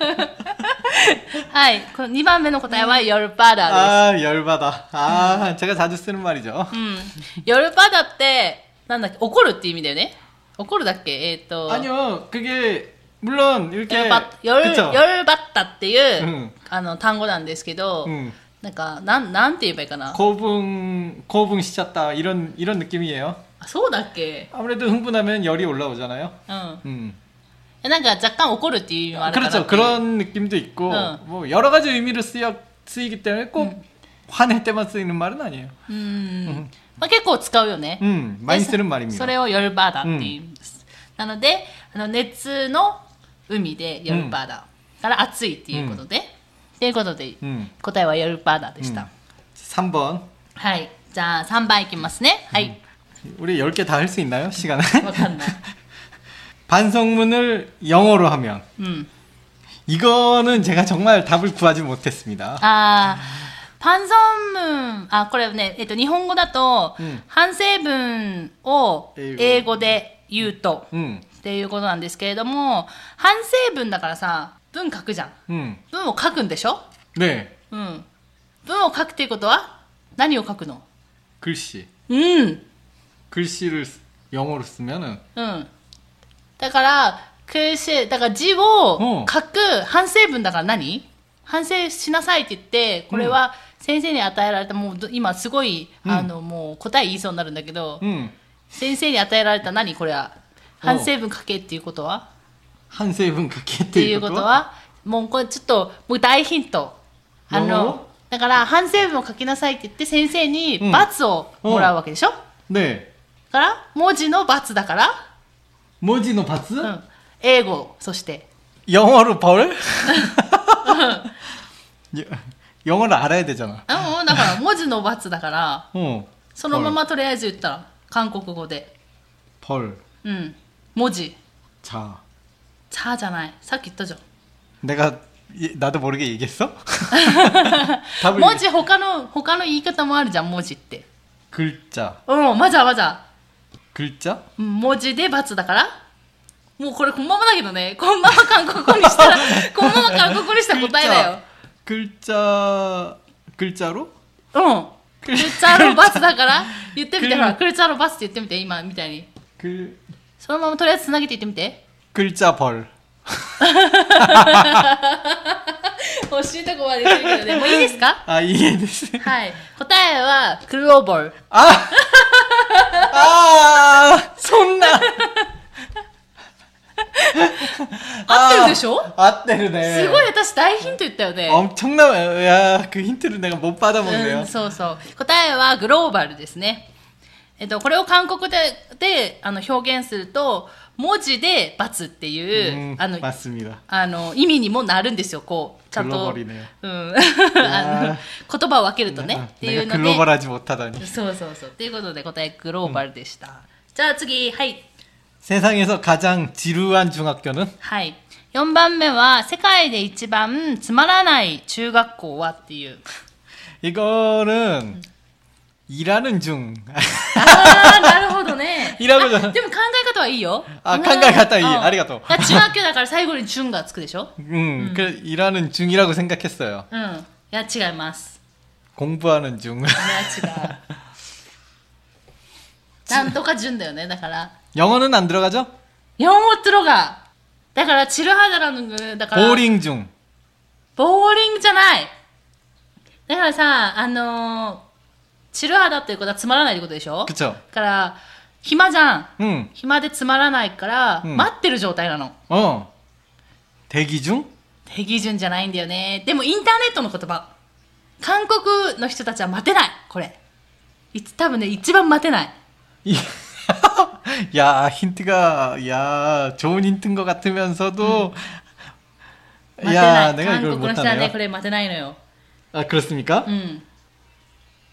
Speaker 1: はいこの2番目の答えは夜パダで
Speaker 2: 아, 열받아. 아, 제가 자주 쓰는 말이죠.
Speaker 1: す、うん、夜パダってなんだっけ怒るって意味だよね怒るだっけえっ、と
Speaker 2: 아니요. 그게 물론 이렇게
Speaker 1: 夜バ夜
Speaker 2: 그쵸?
Speaker 1: 夜バッタっていう、
Speaker 2: うん
Speaker 1: あの単語なんですけど、
Speaker 2: 음.
Speaker 1: なんかなんなんて言えばいいかな
Speaker 2: 고붕 고붕 시쳤다 이런 이런 느낌이에요.
Speaker 1: あそうだっけ
Speaker 2: 아무래도 흥분하면 열이 올라오잖아요.
Speaker 1: うん、
Speaker 2: 음.
Speaker 1: なんか若干怒るっていう意味もあるからっていう
Speaker 2: 그렇죠. 그런 느낌도 있고
Speaker 1: 응.
Speaker 2: 뭐 여러 가지 의미로 쓰여 쓰이기 때문에 꼭 화낼 때만 쓰이는 말은 아니에요.
Speaker 1: うん、まあ、結構使うよね、
Speaker 2: 음, 많이
Speaker 1: で
Speaker 2: 쓰는 말입니다.
Speaker 1: それを夜バーダって言うんです。なので、あの熱の海で夜バーダから暑いっていうことで、っていうことで、
Speaker 2: 음.
Speaker 1: 答えは夜バーダでした。
Speaker 2: 3번.
Speaker 1: はい。じゃあ3番いきますね。はい。
Speaker 2: 우리 10개 다 할 수 있나요? 시간에?
Speaker 1: わかんない。
Speaker 2: 반성문을 영어로 하면
Speaker 1: うん。
Speaker 2: 이거는 제가 정말 답을 구하지 못했습니다.
Speaker 1: あーパンソン文、あ、これね、えっと、日本語だと、
Speaker 2: うん
Speaker 1: 反省文を
Speaker 2: 英語
Speaker 1: 英語で言うと、
Speaker 2: 음.
Speaker 1: っていうことなんですけれども、反省文だからさ、文書くじゃん。
Speaker 2: 음.
Speaker 1: 文を書くんでしょ
Speaker 2: 네.
Speaker 1: うん。文を書くっていうことは何を書くの
Speaker 2: 글씨.
Speaker 1: うん。
Speaker 2: 글씨를 쓰- 영어로 쓰면은
Speaker 1: うん。だから、苦しい。だから字を書く反省文だから何反省しなさいって言って、これは先生に与えられた、もうど今すごい、
Speaker 2: うん
Speaker 1: あの、もう答え言いそうになるんだけど、
Speaker 2: 음.
Speaker 1: 先生に与えられた何これは。反省文書けっていうことは
Speaker 2: 한 세분 그렇게
Speaker 1: っていうことは、もうこれちょっと、もう大ヒント。あの、だから反省文を書きなさいって言って先生に
Speaker 2: うん
Speaker 1: 罰をもらうわけでしょ、
Speaker 2: 네.
Speaker 1: から文字の罰だから、
Speaker 2: 뭐지노 바스?
Speaker 1: うん、英語そして
Speaker 2: 영어로 벌? 영어를 알아야 되잖아.
Speaker 1: あうんだから文字の罰だから
Speaker 2: 어.
Speaker 1: そのままとりあえず言ったら韓国語で
Speaker 2: 벌.
Speaker 1: うん文字
Speaker 2: 자.
Speaker 1: 茶じゃないさっき言ったじゃん
Speaker 2: 내가 이- 나도 모르게 얘기했어?
Speaker 1: 文字他の他の言い方もあるじゃん文字って
Speaker 2: 글자.
Speaker 1: うんまじゃまじゃ
Speaker 2: 글자?
Speaker 1: うん文字で罰だからもうこれこのままだけどね。このまま韓国語にした ら、このまま韓国語にしたら答えだよ。
Speaker 2: 글자 글자로?
Speaker 1: うん。クルチャーロバスだから、言ってみて、ほら、クルチャーロバスって言ってみて、今みたいに。
Speaker 2: 글
Speaker 1: そのままとりあえずつなげて言ってみて。
Speaker 2: 글자 벌.
Speaker 1: 惜しいとこまで言ってるけどね。もういいですか
Speaker 2: 아 이게 됐어.
Speaker 1: はい。答えは、クローボル。
Speaker 2: 아 손나.
Speaker 1: 合ってるでしょ
Speaker 2: 아! 아때르네.
Speaker 1: すごい私大ヒント言ったよね。
Speaker 2: 엄청나. 야그 힌트를 내가
Speaker 1: う
Speaker 2: 못 받아먹네요.
Speaker 1: ん、そうそう。答えはグローバルですね。えっと、これを韓国で、で、あの、表現すると、文字で×っていう、
Speaker 2: 음,
Speaker 1: あの、
Speaker 2: 맞습니다.
Speaker 1: あの、意味にもなるんですよ、こう。ちゃん
Speaker 2: グロー
Speaker 1: と。
Speaker 2: バルね
Speaker 1: うん。
Speaker 2: わ
Speaker 1: あの、言葉を分けるとね。っていう
Speaker 2: 아, 내가
Speaker 1: ので。
Speaker 2: 글로벌하지 못하다니.
Speaker 1: そうそうそう。ということで答えグローバルでした。じゃあ次、はい。
Speaker 2: 세상에서 가장 지루한 중학교는
Speaker 1: はい。4番目は、世界で一番つまらない中学校はっていう。
Speaker 2: 이거는 일하는 중.
Speaker 1: ああ、なるほど ね。
Speaker 2: いらんこと
Speaker 1: あでも考え方はいいよ。
Speaker 2: あ考え方いい
Speaker 1: うん
Speaker 2: ありがとう
Speaker 1: だから中学級だから最後に順がつくでしょ
Speaker 2: 음, 그 일하는 중이라고 생각했어요.
Speaker 1: うん。いや、違います。
Speaker 2: 공부하는 중.
Speaker 1: いや、 違う。なんとか順だよね、だから。
Speaker 2: 영어는 안 들어가죠?
Speaker 1: 4をつろが。だから、チルハダラの具、だから。
Speaker 2: 보링 중.
Speaker 1: ボーリングじゃないだからさ、あのー、チルハだっていうことはつまらないってことでしょ
Speaker 2: 그쵸?
Speaker 1: だから、暇じゃん。
Speaker 2: 응.
Speaker 1: 暇でつまらないから、
Speaker 2: うん
Speaker 1: 待ってる状態なの。
Speaker 2: 어. 대기 중?
Speaker 1: 手基準じゃないんだよね。でもインターネットの言葉。韓国の人たちは待てない。これ。いつ、多分ね、一番待てない。
Speaker 2: 이- 야, 힌트가 야, 좋은 힌트인 것 같으면서도
Speaker 1: 待てな
Speaker 2: 야,
Speaker 1: い。
Speaker 2: 내가
Speaker 1: 韓
Speaker 2: 이걸
Speaker 1: 国の人はね、
Speaker 2: 못하네요.
Speaker 1: これ待てないのよ。
Speaker 2: 아, 그렇습니까?
Speaker 1: うん。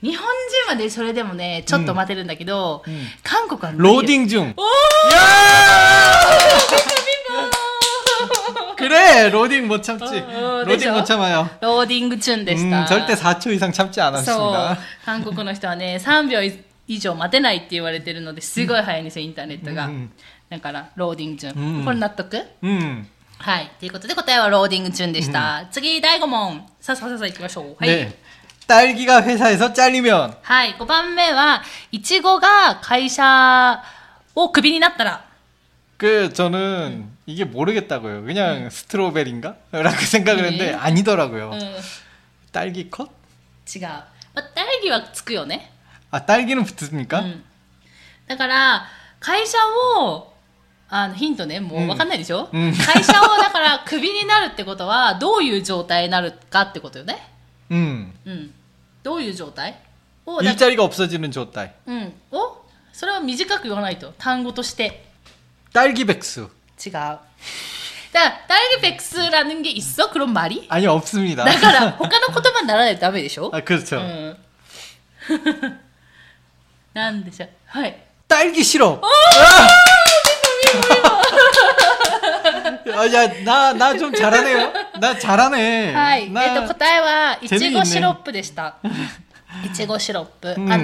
Speaker 1: 日本人はね、それでもね、ちょっと待てるんだけど、韓国は無理よ
Speaker 2: 로딩 중.
Speaker 1: おー
Speaker 2: 그래, 로딩 못 참지.
Speaker 1: 어, 어,
Speaker 2: 로딩
Speaker 1: 되죠?
Speaker 2: 못 참아요.
Speaker 1: ローディングチューンでし
Speaker 2: 음,
Speaker 1: た。
Speaker 2: 절대 4초 이상 참지
Speaker 1: そう
Speaker 2: 않았습니다. 。
Speaker 1: 韓国の人はね、3秒い以上待てないって言われてるのですごい早いんですよ、インターネットが。
Speaker 2: うん
Speaker 1: だから、ローディングチューン。
Speaker 2: 음.
Speaker 1: これ納得
Speaker 2: 음.
Speaker 1: はい。ということで答えはローディングチューンでした。次、第5問。さあさあさあさあ行きましょう。はい。
Speaker 2: 네. 딸기가 회사에서 잘리면
Speaker 1: はい。5番目は、いちごが会社をクビになったら。
Speaker 2: 그 저는 이게 모르겠다고요. 그냥 스트로베리인가? 라고 생각을 했는데 아니더라고요.
Speaker 1: うん。違う。
Speaker 2: 딸기 컷?
Speaker 1: まあ、大義はつくよね。
Speaker 2: 아, 딸기는 붙습니까?
Speaker 1: うんだから会社をあのヒントねもう分かんないでしょ、
Speaker 2: うん
Speaker 1: 会社をだからクビになるってことはどういう状態になるかってことよね、
Speaker 2: 음.
Speaker 1: うん、どういう状態をだか
Speaker 2: 일자리가 없어지는 조 딸.
Speaker 1: うん、をそれは短く言わないと単語として
Speaker 2: 딸기 백수.
Speaker 1: 違うだからダイリペックスラ는게있어그런말이
Speaker 2: 아니 없습니다.
Speaker 1: だから他の言葉にならないとダメでしょ、
Speaker 2: 아, 그렇죠.
Speaker 1: うん なんでしょうはい
Speaker 2: 딸기 싫어. 아, 야, 나, 나 좀 잘하네요. 나 잘하네.
Speaker 1: はい。
Speaker 2: 나
Speaker 1: えっと、答えは、い
Speaker 2: ゼリ
Speaker 1: ち
Speaker 2: ーね
Speaker 1: ごシロップで した。いちごシロップ。
Speaker 2: ん
Speaker 1: あの、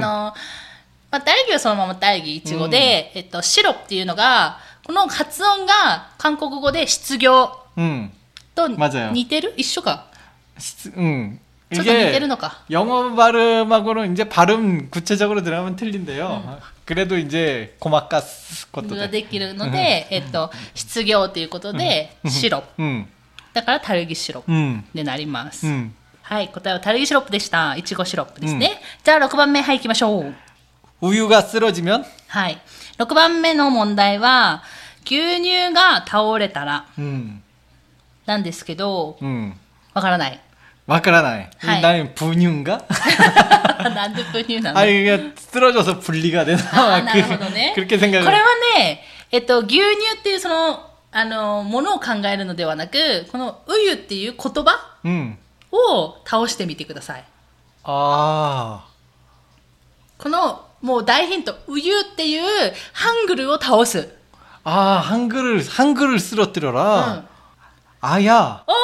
Speaker 1: まあ、大義はそのまま大義、いちごで、えっと、シロっていうのが、この発音が韓国語で失業
Speaker 2: 음.
Speaker 1: と
Speaker 2: まずよ
Speaker 1: 似てる一緒か。
Speaker 2: 시- 음.
Speaker 1: ちょっと似てるのか。
Speaker 2: 영어 발음하고는 이제 발음 구체적으로 들어가면 틀린데요. 그래도 이제 고막가스
Speaker 1: が
Speaker 2: 것도 돼.
Speaker 1: できるので、えっと、失業ということで、シロ。
Speaker 2: 음.
Speaker 1: だから、たるぎシロ
Speaker 2: 음.
Speaker 1: でなります。
Speaker 2: 음.
Speaker 1: はい。答えは、たるぎシロップでした。いちごシロップですね。じゃあ、6番目、はい、行きましょう。
Speaker 2: 우유가 쓰러지면
Speaker 1: はい。6番目の問題は、牛乳が倒れたら
Speaker 2: 음.
Speaker 1: なんですけど、
Speaker 2: 음.
Speaker 1: わからない。
Speaker 2: 와카라나이.
Speaker 1: 하이.
Speaker 2: 나는 분유인가?
Speaker 1: なんで分乳なの
Speaker 2: 아니 이게 쓰러져서 분리가 되나?
Speaker 1: あー
Speaker 2: 그-
Speaker 1: なるほどね。
Speaker 2: 그렇게 생각을.
Speaker 1: これはね、えっと、牛乳っていうその、あの、ものを考えるのではなく、この、うゆっていう言葉
Speaker 2: 음.
Speaker 1: を倒してみてください。
Speaker 2: 아.
Speaker 1: この、もう大ヒント、うゆっていうハングルを倒す。
Speaker 2: 아, 한글을 한글을 쓰러뜨려라.
Speaker 1: 응.
Speaker 2: 아야.
Speaker 1: おー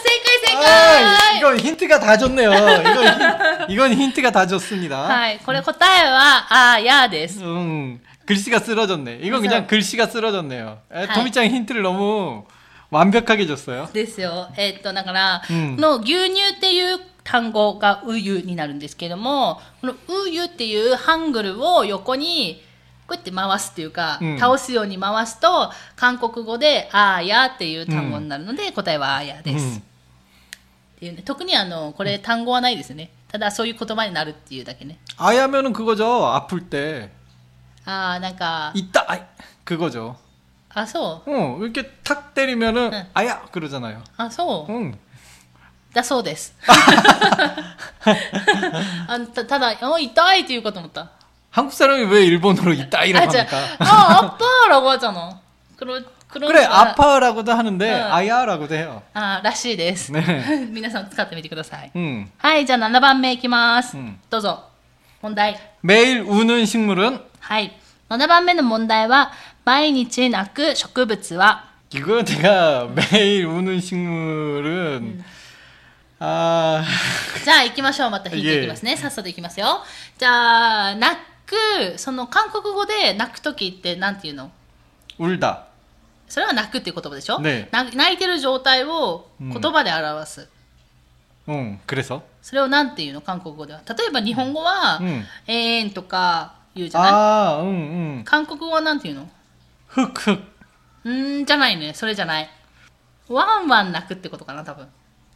Speaker 1: 正解正
Speaker 2: 아,
Speaker 1: 解
Speaker 2: 이건 힌트가 다 줬네요. 이건 힌, 이건 힌트가 다 줬습니다.
Speaker 1: はい、これ答えは、あーやーです。
Speaker 2: 음. 글씨가 쓰러졌네.
Speaker 1: 그래서-
Speaker 2: 이건 그냥 글씨가 쓰러졌네요. 에,
Speaker 1: 하이.
Speaker 2: 토미짱이 힌트를 너무 완벽하게 줬어요.
Speaker 1: ですよ。えっと、だから、
Speaker 2: うん
Speaker 1: この牛乳っていう単語がウユになるんですけども、このウユっていうハングルを横にこうやって回すっていうか、
Speaker 2: うん
Speaker 1: 倒すように回すと、韓国語であーやっていう単語になるので、答えはあーやです。
Speaker 2: う
Speaker 1: っ
Speaker 2: ん
Speaker 1: ていうね、特にあの、これ単語はないですね。ただそういう言葉になるっていうだけね。
Speaker 2: 아야면은 그거죠. 아플 때
Speaker 1: あーなんか、
Speaker 2: 있다. 아이. 그거죠.
Speaker 1: あ、そう。
Speaker 2: 어, 이렇게 탁 때리면은
Speaker 1: 응.
Speaker 2: 아야 그러잖아요. 음.
Speaker 1: あ、そう。
Speaker 2: 응.
Speaker 1: だそう です。あのたただ、お痛いって言うかと思った。
Speaker 2: 한국 사람이 왜 일본어로 있다 이라고
Speaker 1: 아,
Speaker 2: 합니까?
Speaker 1: 아, 아빠라고 하잖아. 그러, 그런 어.
Speaker 2: 그래
Speaker 1: 아-
Speaker 2: 아파라고도 하는데
Speaker 1: 응.
Speaker 2: 아야라고도 해요.
Speaker 1: 아, らしいです。
Speaker 2: 네.
Speaker 1: 皆さん使ってみてください。
Speaker 2: 음.
Speaker 1: はい、じゃあ7番目いきます。
Speaker 2: うん
Speaker 1: どうぞ。問題。
Speaker 2: 매일 우는 식물은
Speaker 1: はい。7番目の問題は、毎日泣く植物は
Speaker 2: 이거 내가 매일 우는 식물은
Speaker 1: 음.
Speaker 2: 아
Speaker 1: じゃあ行きましょう。また引いていきますね。さっさと行きますよ。じゃあ、泣く、その韓国語で泣くときってなんていうの
Speaker 2: 울다.
Speaker 1: それは泣くっていう言葉でしょ、
Speaker 2: ね
Speaker 1: な泣いてる状態を言葉で表す。
Speaker 2: 응. 그래서
Speaker 1: それをなんていうの韓国語では。例えば日本語は、
Speaker 2: うん
Speaker 1: 永遠とか言うじゃない
Speaker 2: 아, 응, 응.
Speaker 1: 韓国語はなんていうの
Speaker 2: 흑흑.
Speaker 1: うーん、じゃないね。それじゃない。ワンワン泣くってことかな、多分。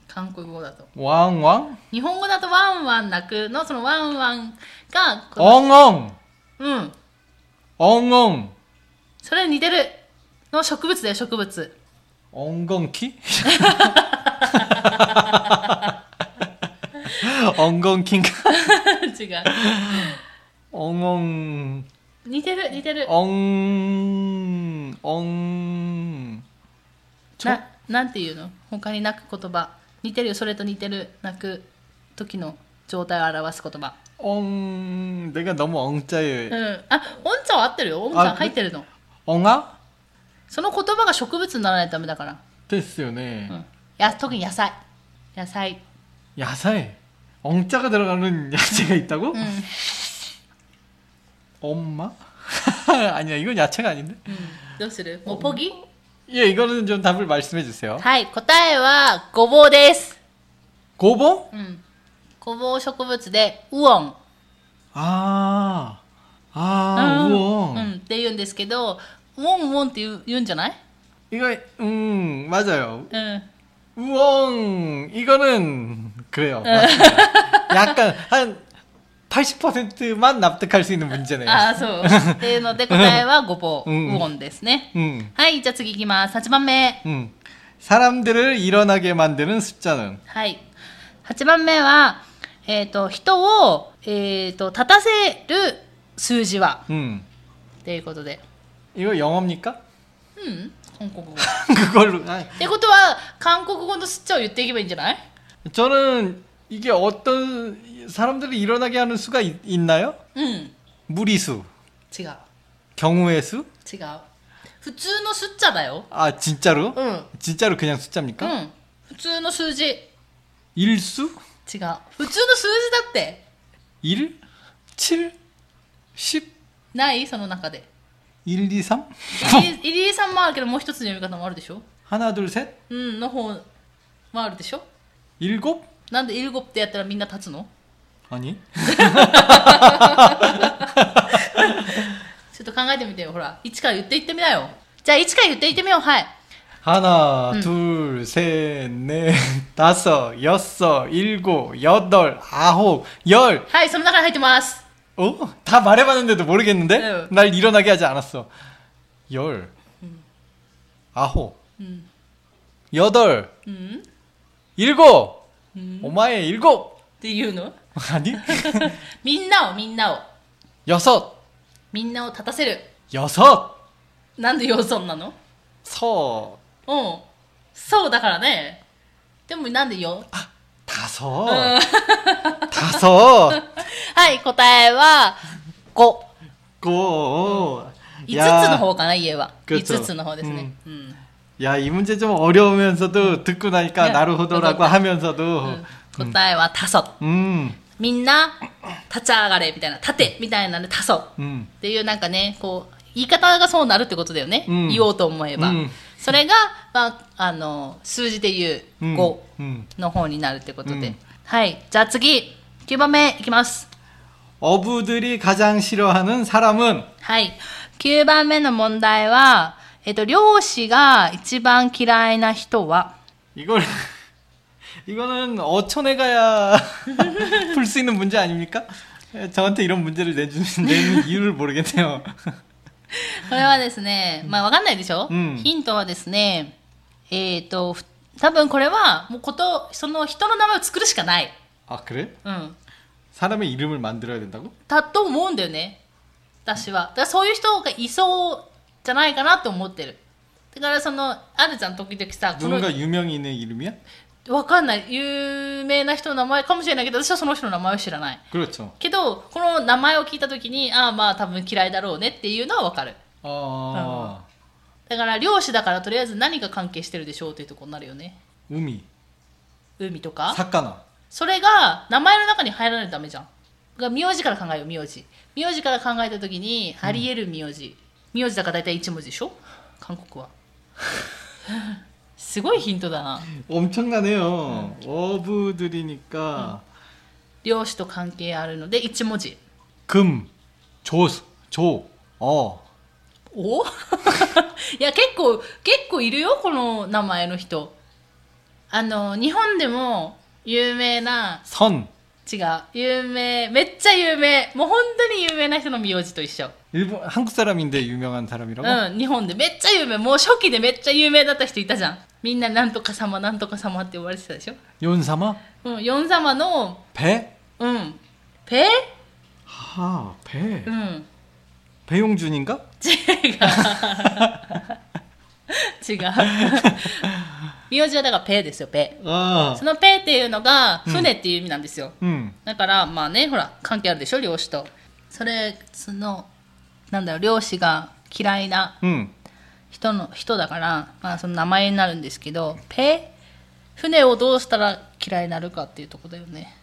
Speaker 1: 韓国語だと。
Speaker 2: 왕왕.
Speaker 1: 日本語だとワンワン泣くの、そのワンワンが、この
Speaker 2: 엉엉.
Speaker 1: うん。
Speaker 2: 엉엉.
Speaker 1: それに似てるの植物だよ、植物。
Speaker 2: 엉겅키? 엉겅킨가?
Speaker 1: 違う。
Speaker 2: 엉엉.
Speaker 1: 似てる、似てる。
Speaker 2: 엉. 엉. ちょ
Speaker 1: な、なんていうの他に泣く言葉。似てるよ、それと似てる。泣く時の状態を表す言葉。
Speaker 2: 엉. 내가 너무
Speaker 1: う
Speaker 2: 엉짜에.
Speaker 1: ん。あ、おんちゃんは合ってるよ。おんちゃん入ってるの。
Speaker 2: 엉아?
Speaker 1: その言葉が植物にならないとダメだから。
Speaker 2: 됐어요네.
Speaker 1: うん。や、特に野菜。野菜。
Speaker 2: 야사에 엉짜가 들어가는 야채가 있다고?
Speaker 1: うん。
Speaker 2: 엄마? 아니야 이건 야채가 아닌데.
Speaker 1: どうするもうポギ
Speaker 2: 예 이거는 좀 답을 말씀해 주세요.
Speaker 1: はい、答えはごぼうです。
Speaker 2: 고봉?
Speaker 1: うん。ごぼう植物で、ウオン。
Speaker 2: 아, 아
Speaker 1: うん
Speaker 2: 우엉.
Speaker 1: うん。って言うんですけど、ウォンウォンって言う言うんじゃない
Speaker 2: 이거 음 맞아요.
Speaker 1: うん。
Speaker 2: 우엉 이거는 그래요. 맞습니다. 약간 한 80%만 납득할 수 있는 문제네요.
Speaker 1: ああ、 そう。っていうので答えはごぼう。
Speaker 2: う
Speaker 1: ウ
Speaker 2: んうん
Speaker 1: ォンですね。
Speaker 2: 음,
Speaker 1: はい、じゃあ次いきます。8番目。
Speaker 2: 음. 사람들을 일어나게 만드는 숫자는
Speaker 1: はい。8番目は、えっ、と、人を、えっ、と、立たせる数字は
Speaker 2: 음.
Speaker 1: っていうことで。
Speaker 2: 이거 영어입니까?
Speaker 1: うん韓国語。っ
Speaker 2: 그걸로 아,
Speaker 1: てことは、韓国語のスッチャを言っていけばいいんじゃない
Speaker 2: 저는 이게 어떤 사람들이 일어나게 하는 수가 있, 있나요?
Speaker 1: うん。違
Speaker 2: 무리수,
Speaker 1: う。違う。
Speaker 2: 경우의 수?
Speaker 1: 普通のスッチャだよ。
Speaker 2: 아 진짜로?
Speaker 1: うん。
Speaker 2: 진짜로 그냥
Speaker 1: う
Speaker 2: 숫자입니까?
Speaker 1: ん。普通の数字。違う。
Speaker 2: 일수?
Speaker 1: 普通の数字だって。
Speaker 2: 일? 칠? 십?
Speaker 1: ないその中 で。
Speaker 2: 일, 이, 삼?
Speaker 1: 入り入りさんもあるけど、もう一つの読み方もあるでしょ
Speaker 2: 하나, 둘, 셋?
Speaker 1: うん、の方もあるでしょ
Speaker 2: 일곱?
Speaker 1: なんでイルゴってやったらみんな立つの
Speaker 2: 아니.
Speaker 1: ちょっと考えてみてよ、ほら。1から言っていってみなよ。じゃあ1から言っていってみよう、はい。
Speaker 2: 하나, 둘, 셋, 넷, 다섯, 여섯, 일곱, 여덟, 아홉, 열.
Speaker 1: はい、その中に入ってます。
Speaker 2: 어? 다 말해봤는데도 모르겠는데?
Speaker 1: 네.
Speaker 2: 날 일어나게 하지 않았어. 열. 아홉.
Speaker 1: 음.
Speaker 2: 여덟.
Speaker 1: うんっ
Speaker 2: 일곱. 오마에 일곱.
Speaker 1: ていうの
Speaker 2: 아니?
Speaker 1: みんなを、みんなを。
Speaker 2: 여섯.
Speaker 1: みんなを立たせる。
Speaker 2: 여섯.
Speaker 1: なんで要素なの
Speaker 2: 서.
Speaker 1: うん。そうだからね。でもなんでよ。
Speaker 2: 다섯. 다섯.
Speaker 1: はい、答えは、5。
Speaker 2: 고.
Speaker 1: 5つの方かな、家は。
Speaker 2: 그렇죠
Speaker 1: 5つの方ですね。うん。
Speaker 2: 야, 이 문제 좀 어려우면서도 듣고 나니까
Speaker 1: 네.
Speaker 2: 나루호도라고
Speaker 1: 어렵다.
Speaker 2: 하면서도.
Speaker 1: 答えは、たそ。
Speaker 2: 음.
Speaker 1: みんな、立立ち上がれみたいな立てみたいなので立そう
Speaker 2: 음.
Speaker 1: っていうなんかねこう言い方がそうなるってことだよね、
Speaker 2: うん
Speaker 1: 言おうと思えば、
Speaker 2: うん
Speaker 1: それが、まあ、あの数字で言う
Speaker 2: 음.
Speaker 1: 5
Speaker 2: 음.
Speaker 1: の方になるってことで、
Speaker 2: うん
Speaker 1: はいじゃあ次9番目いきます
Speaker 2: 어부들이 가장 싫어하는 사람은
Speaker 1: はい9番目の問題は、えっと、漁師が一番嫌いな人は
Speaker 2: 이걸 이거는 어촌에 가야 풀 수 있는 문제 아닙니까? 저한테 이런 문제를 내주는 내는 이유를 모르겠네요.
Speaker 1: これはですね、まあわかんないでしょ、
Speaker 2: うん
Speaker 1: ヒントはですね、えっ、と、ふ多分これはもうこと、その人の名前を作るしかない。
Speaker 2: 아 그래?
Speaker 1: うん。
Speaker 2: 사람의 이름을 만들어야 된다고?
Speaker 1: だと思うんだよね。私は。だからそういう人がいそうじゃないかなと思ってる。だからその、あるじゃん、時々さ、この、
Speaker 2: 누군가 유명인의 이름이야?
Speaker 1: わかんない、有名な人の名前かもしれないけど、私はその人の名前を知らない。
Speaker 2: 그렇죠.
Speaker 1: けど、この名前を聞いたときに、ああまあ多分嫌いだろうねっていうのはわかる。
Speaker 2: 어,
Speaker 1: だから漁師だからとりあえず何が関係してるでしょうっていうところになるよね。
Speaker 2: 우미,
Speaker 1: 海とか
Speaker 2: 아? 사카나.
Speaker 1: それが名前の中に入らないとダメじゃんが名字から考えよう名字名字から考えた時にあり得る名字、名字だから大体一文字でしょ韓国はすごいヒントだな
Speaker 2: 엄청나네요. 음. 어부들이니까
Speaker 1: 漁師と関係あるので一文字
Speaker 2: 금, 조, 조, 어.
Speaker 1: お いや結構結構いるよこの名前の人あの日本でも有名な
Speaker 2: 선.
Speaker 1: 違う有名めっちゃ有名もう本当に有名な人の名字と一緒
Speaker 2: 일본 한국 사람인데 유명한 사람이라고?
Speaker 1: うん、日本でめっちゃ有名。もう初期でめっちゃ有名だった人いたじゃん。みんななんとか様、なんとか様って呼ばれてたでしょ。
Speaker 2: 연사마?
Speaker 1: うん、ヨン様の、
Speaker 2: 배?
Speaker 1: うん、ペ
Speaker 2: 하, 배.
Speaker 1: うん、
Speaker 2: 배용준인가?
Speaker 1: 違う。名字はだからペですよ、ペ。
Speaker 2: 아.
Speaker 1: そのペっていうのが、船っていう意味なんですよ。
Speaker 2: 음.
Speaker 1: だから、まあね、ほら、関係あるでしょ、漁師と。それ、その、なんだろう、漁師が嫌いな
Speaker 2: 음.
Speaker 1: 人の人だから、まあ、その名前になるんですけどペ船をどうしたら嫌いになるかっていうとこだよね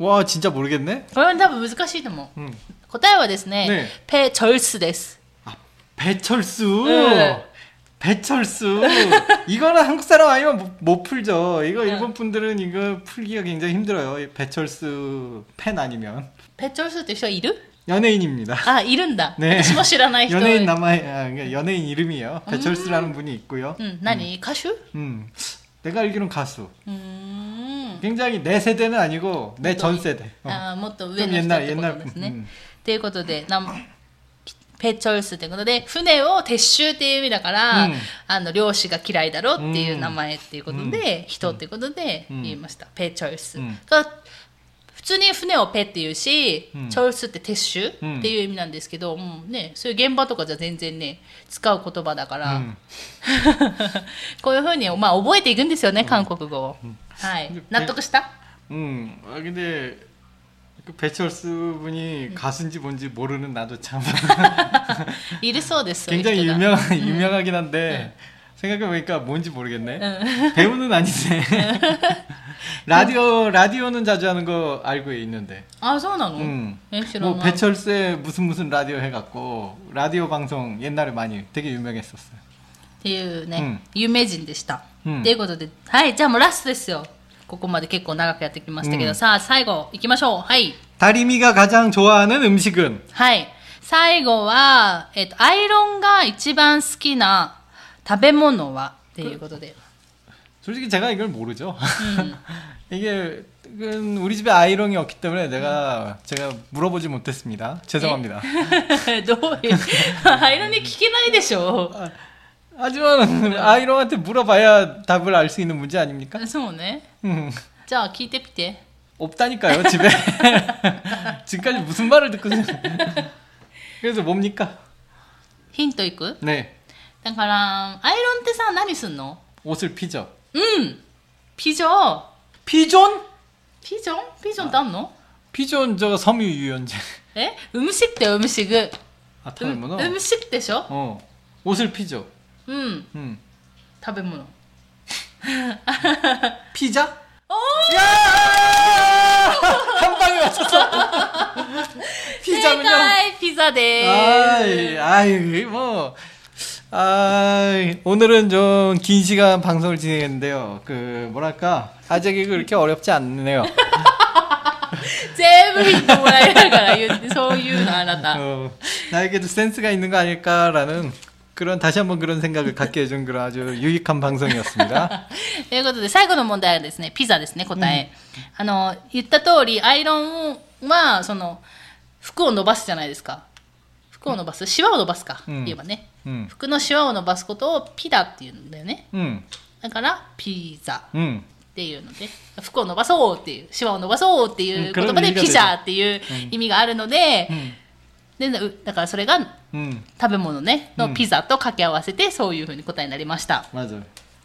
Speaker 2: 와 진짜 모르겠네.
Speaker 1: これは多分難しいと思う、
Speaker 2: 음.
Speaker 1: 答えはですね
Speaker 2: ね
Speaker 1: ペチョルスです、
Speaker 2: 아, 배철수.
Speaker 1: 네.
Speaker 2: 배철수. 이거는 한국 사람 아니면 못, 못 풀죠. 이거 일본 분들은 이거 풀기가 굉장히 힘들어요. 이 배철수 팬 아니면
Speaker 1: ペチョルスって人いる
Speaker 2: 연예인입니다.
Speaker 1: あいるんだ、
Speaker 2: ね
Speaker 1: 私も知らない人
Speaker 2: 연예인 남아 아, 그러니까 연예인 이름이에요. 배철수라는 분이 있고요.
Speaker 1: うん、何、歌手う
Speaker 2: 음 내가 알기론 가수.
Speaker 1: ーん
Speaker 2: 굉장히 내 세대는 아니고 내 전 세대. 어.
Speaker 1: あーもっと上
Speaker 2: 좀
Speaker 1: の人っ
Speaker 2: 옛날
Speaker 1: てこと
Speaker 2: 옛날
Speaker 1: です
Speaker 2: 분.
Speaker 1: ね、
Speaker 2: 음.
Speaker 1: ということで、なんペチョルスということで、船を撤収っていう意味だから、
Speaker 2: うん
Speaker 1: あの漁師が嫌いだろっていう名前っていうことで、人っていうことで
Speaker 2: うん
Speaker 1: 言いました。ペチョルス。
Speaker 2: うん
Speaker 1: が普通に船をペって言うし、
Speaker 2: うん
Speaker 1: チョルスって撤収っていう意味なんですけど、もうね、そういう現場とかじゃ全然ね、使う言葉だから、
Speaker 2: うん
Speaker 1: こういうふうに、まあ、覚えていくんですよね、韓国語を。はい
Speaker 2: で。
Speaker 1: 納得した
Speaker 2: 음, 아 근데 그 배철수 분이 가수인지 뭔지 모르는 나도 참
Speaker 1: いるそうです。そういう人が
Speaker 2: 굉장히 유명 유명하긴 한데 생각해 보니까 뭔지 모르겠네. 배우는 아닌데 라디오 라디오는 자주 하는 거 알고 있는데.
Speaker 1: あ、そうなの、
Speaker 2: うん
Speaker 1: え知ら
Speaker 2: 뭐
Speaker 1: ない。
Speaker 2: 배철수의 무슨 무슨 라디오 해갖고 라디오 방송 옛날에 많이 되게 유명했었어요.
Speaker 1: っていうね、有名人でした。と、
Speaker 2: うん
Speaker 1: いうことで、はい、じゃあもうラストですよ。ここまで結構長くやってきましたけど、
Speaker 2: うん
Speaker 1: さあ最後行きましょう。はい。
Speaker 2: 다리미가 가장 좋아하는 음식은
Speaker 1: はい。最後は、えっと、アイロンが一番好きな食べ物はっていうことで。
Speaker 2: 솔직히 제가 이걸 모르죠.
Speaker 1: うん。
Speaker 2: 이게 이건 우리 집에 아이롱이 없기 때문에 내가 제가 물어보지 못했습니다.
Speaker 1: 네.
Speaker 2: 죄송합니다.
Speaker 1: どういう、アイロンに聞けないでしょ
Speaker 2: 하지만 아이롱한테 물어봐야 답을 알 수 있는 문제 아닙니까?
Speaker 1: そうね。
Speaker 2: 음,
Speaker 1: じゃあ聞いてみて。
Speaker 2: 없다니까요 집에. 지금까지 무슨 말을 듣고 살- 그래서 뭡니까?
Speaker 1: ヒントいく
Speaker 2: 네
Speaker 1: だから、アイロンってさ、何すんの
Speaker 2: 옷을 피죠.
Speaker 1: うん。ピジョン。
Speaker 2: 피존?
Speaker 1: ピジョンピジョンってあんの
Speaker 2: 피존 저 섬유 유연제.
Speaker 1: え음식だよ음식う
Speaker 2: 아
Speaker 1: ん
Speaker 2: 타는구나.
Speaker 1: 음식でしょ
Speaker 2: 어 옷을 피죠.
Speaker 1: うん
Speaker 2: 음
Speaker 1: 食べ 物
Speaker 2: 피자? 야! 한 방에 맞췄어.
Speaker 1: 사
Speaker 2: 아이,
Speaker 1: です。
Speaker 2: 아이, 뭐, 아, 오늘은 좀 긴 시간 방송을 진행했는데요. 그 뭐랄까 아재기 그렇게 어렵지 않네요.
Speaker 1: 全部ヒントもらえるから言って、そういうのあなた。
Speaker 2: 어, 나에게도 센스가 있는 거 아닐까라는 그런 다시 한번 그런 생각을 갖게 해준 그런 아주 유익한 방송이었습니다.
Speaker 1: ということで、最後の問題はですね、ピザですね、答え。あの、言った通り、アイロンは、その、服を伸ばすじゃないですか。服を伸ばす、シワを伸ばすか、
Speaker 2: うん
Speaker 1: 言えばね。
Speaker 2: 음,
Speaker 1: 服のシワを伸ばすことをピダっていうんだよね。
Speaker 2: 음,
Speaker 1: だから、ピザ
Speaker 2: 음.
Speaker 1: っていうので、服を伸ばそうっていう、シワを伸ばそうっていう言葉
Speaker 2: う
Speaker 1: で
Speaker 2: ん그런의미가
Speaker 1: ピザっていう意味があるので、
Speaker 2: 음,
Speaker 1: でうだからそれが
Speaker 2: 음,
Speaker 1: 食べ物ね、
Speaker 2: う
Speaker 1: の
Speaker 2: ん
Speaker 1: ピザと掛け合わせて、そういうふうに答えになりました。
Speaker 2: 맞아요.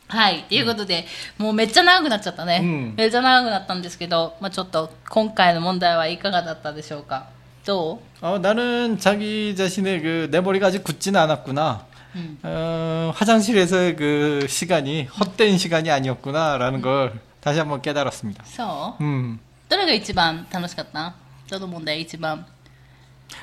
Speaker 1: はい。ということで、もうめっちゃ長くなっちゃったね。
Speaker 2: うん
Speaker 1: めっちゃ長くなったんですけど、まあちょっと今回の問題はいかがだったでしょうかど
Speaker 2: 어, 나는 자기 자신의 그 내 머리가 아직 굳지는 않았구나.
Speaker 1: 음.
Speaker 2: 어, 화장실에서의 그 시간이 헛된 시간이 아니었구나라는 걸 다시 한번 깨달았습니다.
Speaker 1: うそう
Speaker 2: 음.
Speaker 1: どれが一番楽しかったどの問題一番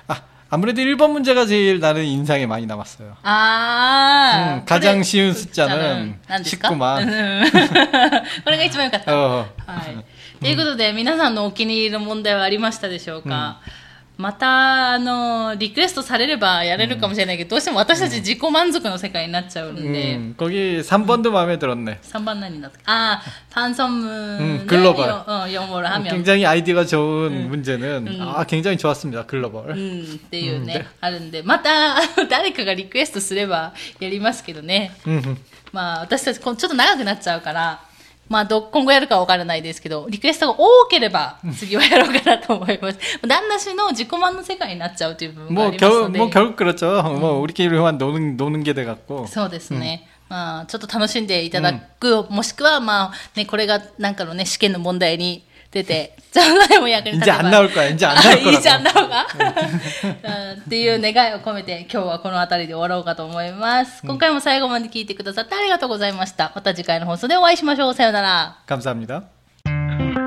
Speaker 2: 아, 아무래도 1번 문제가 제일 나는 인상에 많이 남았어요.
Speaker 1: ああ、
Speaker 2: 음, 가장 쉬운 숫자는
Speaker 1: 何ですか
Speaker 2: 19만.
Speaker 1: これが一番良かった。
Speaker 2: 어.
Speaker 1: はい。ということで、皆さんのお気に入りの問題はありましたでしょうか、また、あの、リクエストされればやれるかもしれないけど、どうしても私たち自己満足の世界になっちゃうんで、
Speaker 2: 음, 거기 3번도 마음에 들었네.
Speaker 1: 3번何だったああ、パンソム
Speaker 2: うんグローバル
Speaker 1: 4モルハミョン。
Speaker 2: 굉장히 아이디가 좋은 문제는
Speaker 1: 음.
Speaker 2: 아, 굉장히 좋았습니다. 글로벌.
Speaker 1: うん、っていうね、
Speaker 2: うんで
Speaker 1: あるんで、また 誰かがリクエストすればやりますけどね。
Speaker 2: 음.
Speaker 1: まあ私たちこちょっと長くなっちゃうから、まあど今後やるかわからないですけど、リクエストが多ければ次はやろうかなと思います。 旦那氏の自己満の世界になっちゃうという部分があ
Speaker 2: 뭐
Speaker 1: りますの
Speaker 2: 결,
Speaker 1: で。
Speaker 2: 뭐 결국 그렇죠. 뭐 우리끼리만 노는 노는 게 돼 갖고.
Speaker 1: そうですね。まあ、ちょっと楽しんでいただく、もしくは、まあ、ね、これがなんかのね、試験の問題に出て、ちょっとでも役に立てば
Speaker 2: 이제 안 나올 거야. 이제 안 나올
Speaker 1: い
Speaker 2: 거라고.
Speaker 1: いじゃんなのがうんっていう願いを込めて今日はこの辺りで終わろうかと思います。今回も最後まで聞いてくださってありがとうございました。また次回の放送でお会いしましょう。さようなら。
Speaker 2: 감사합니다.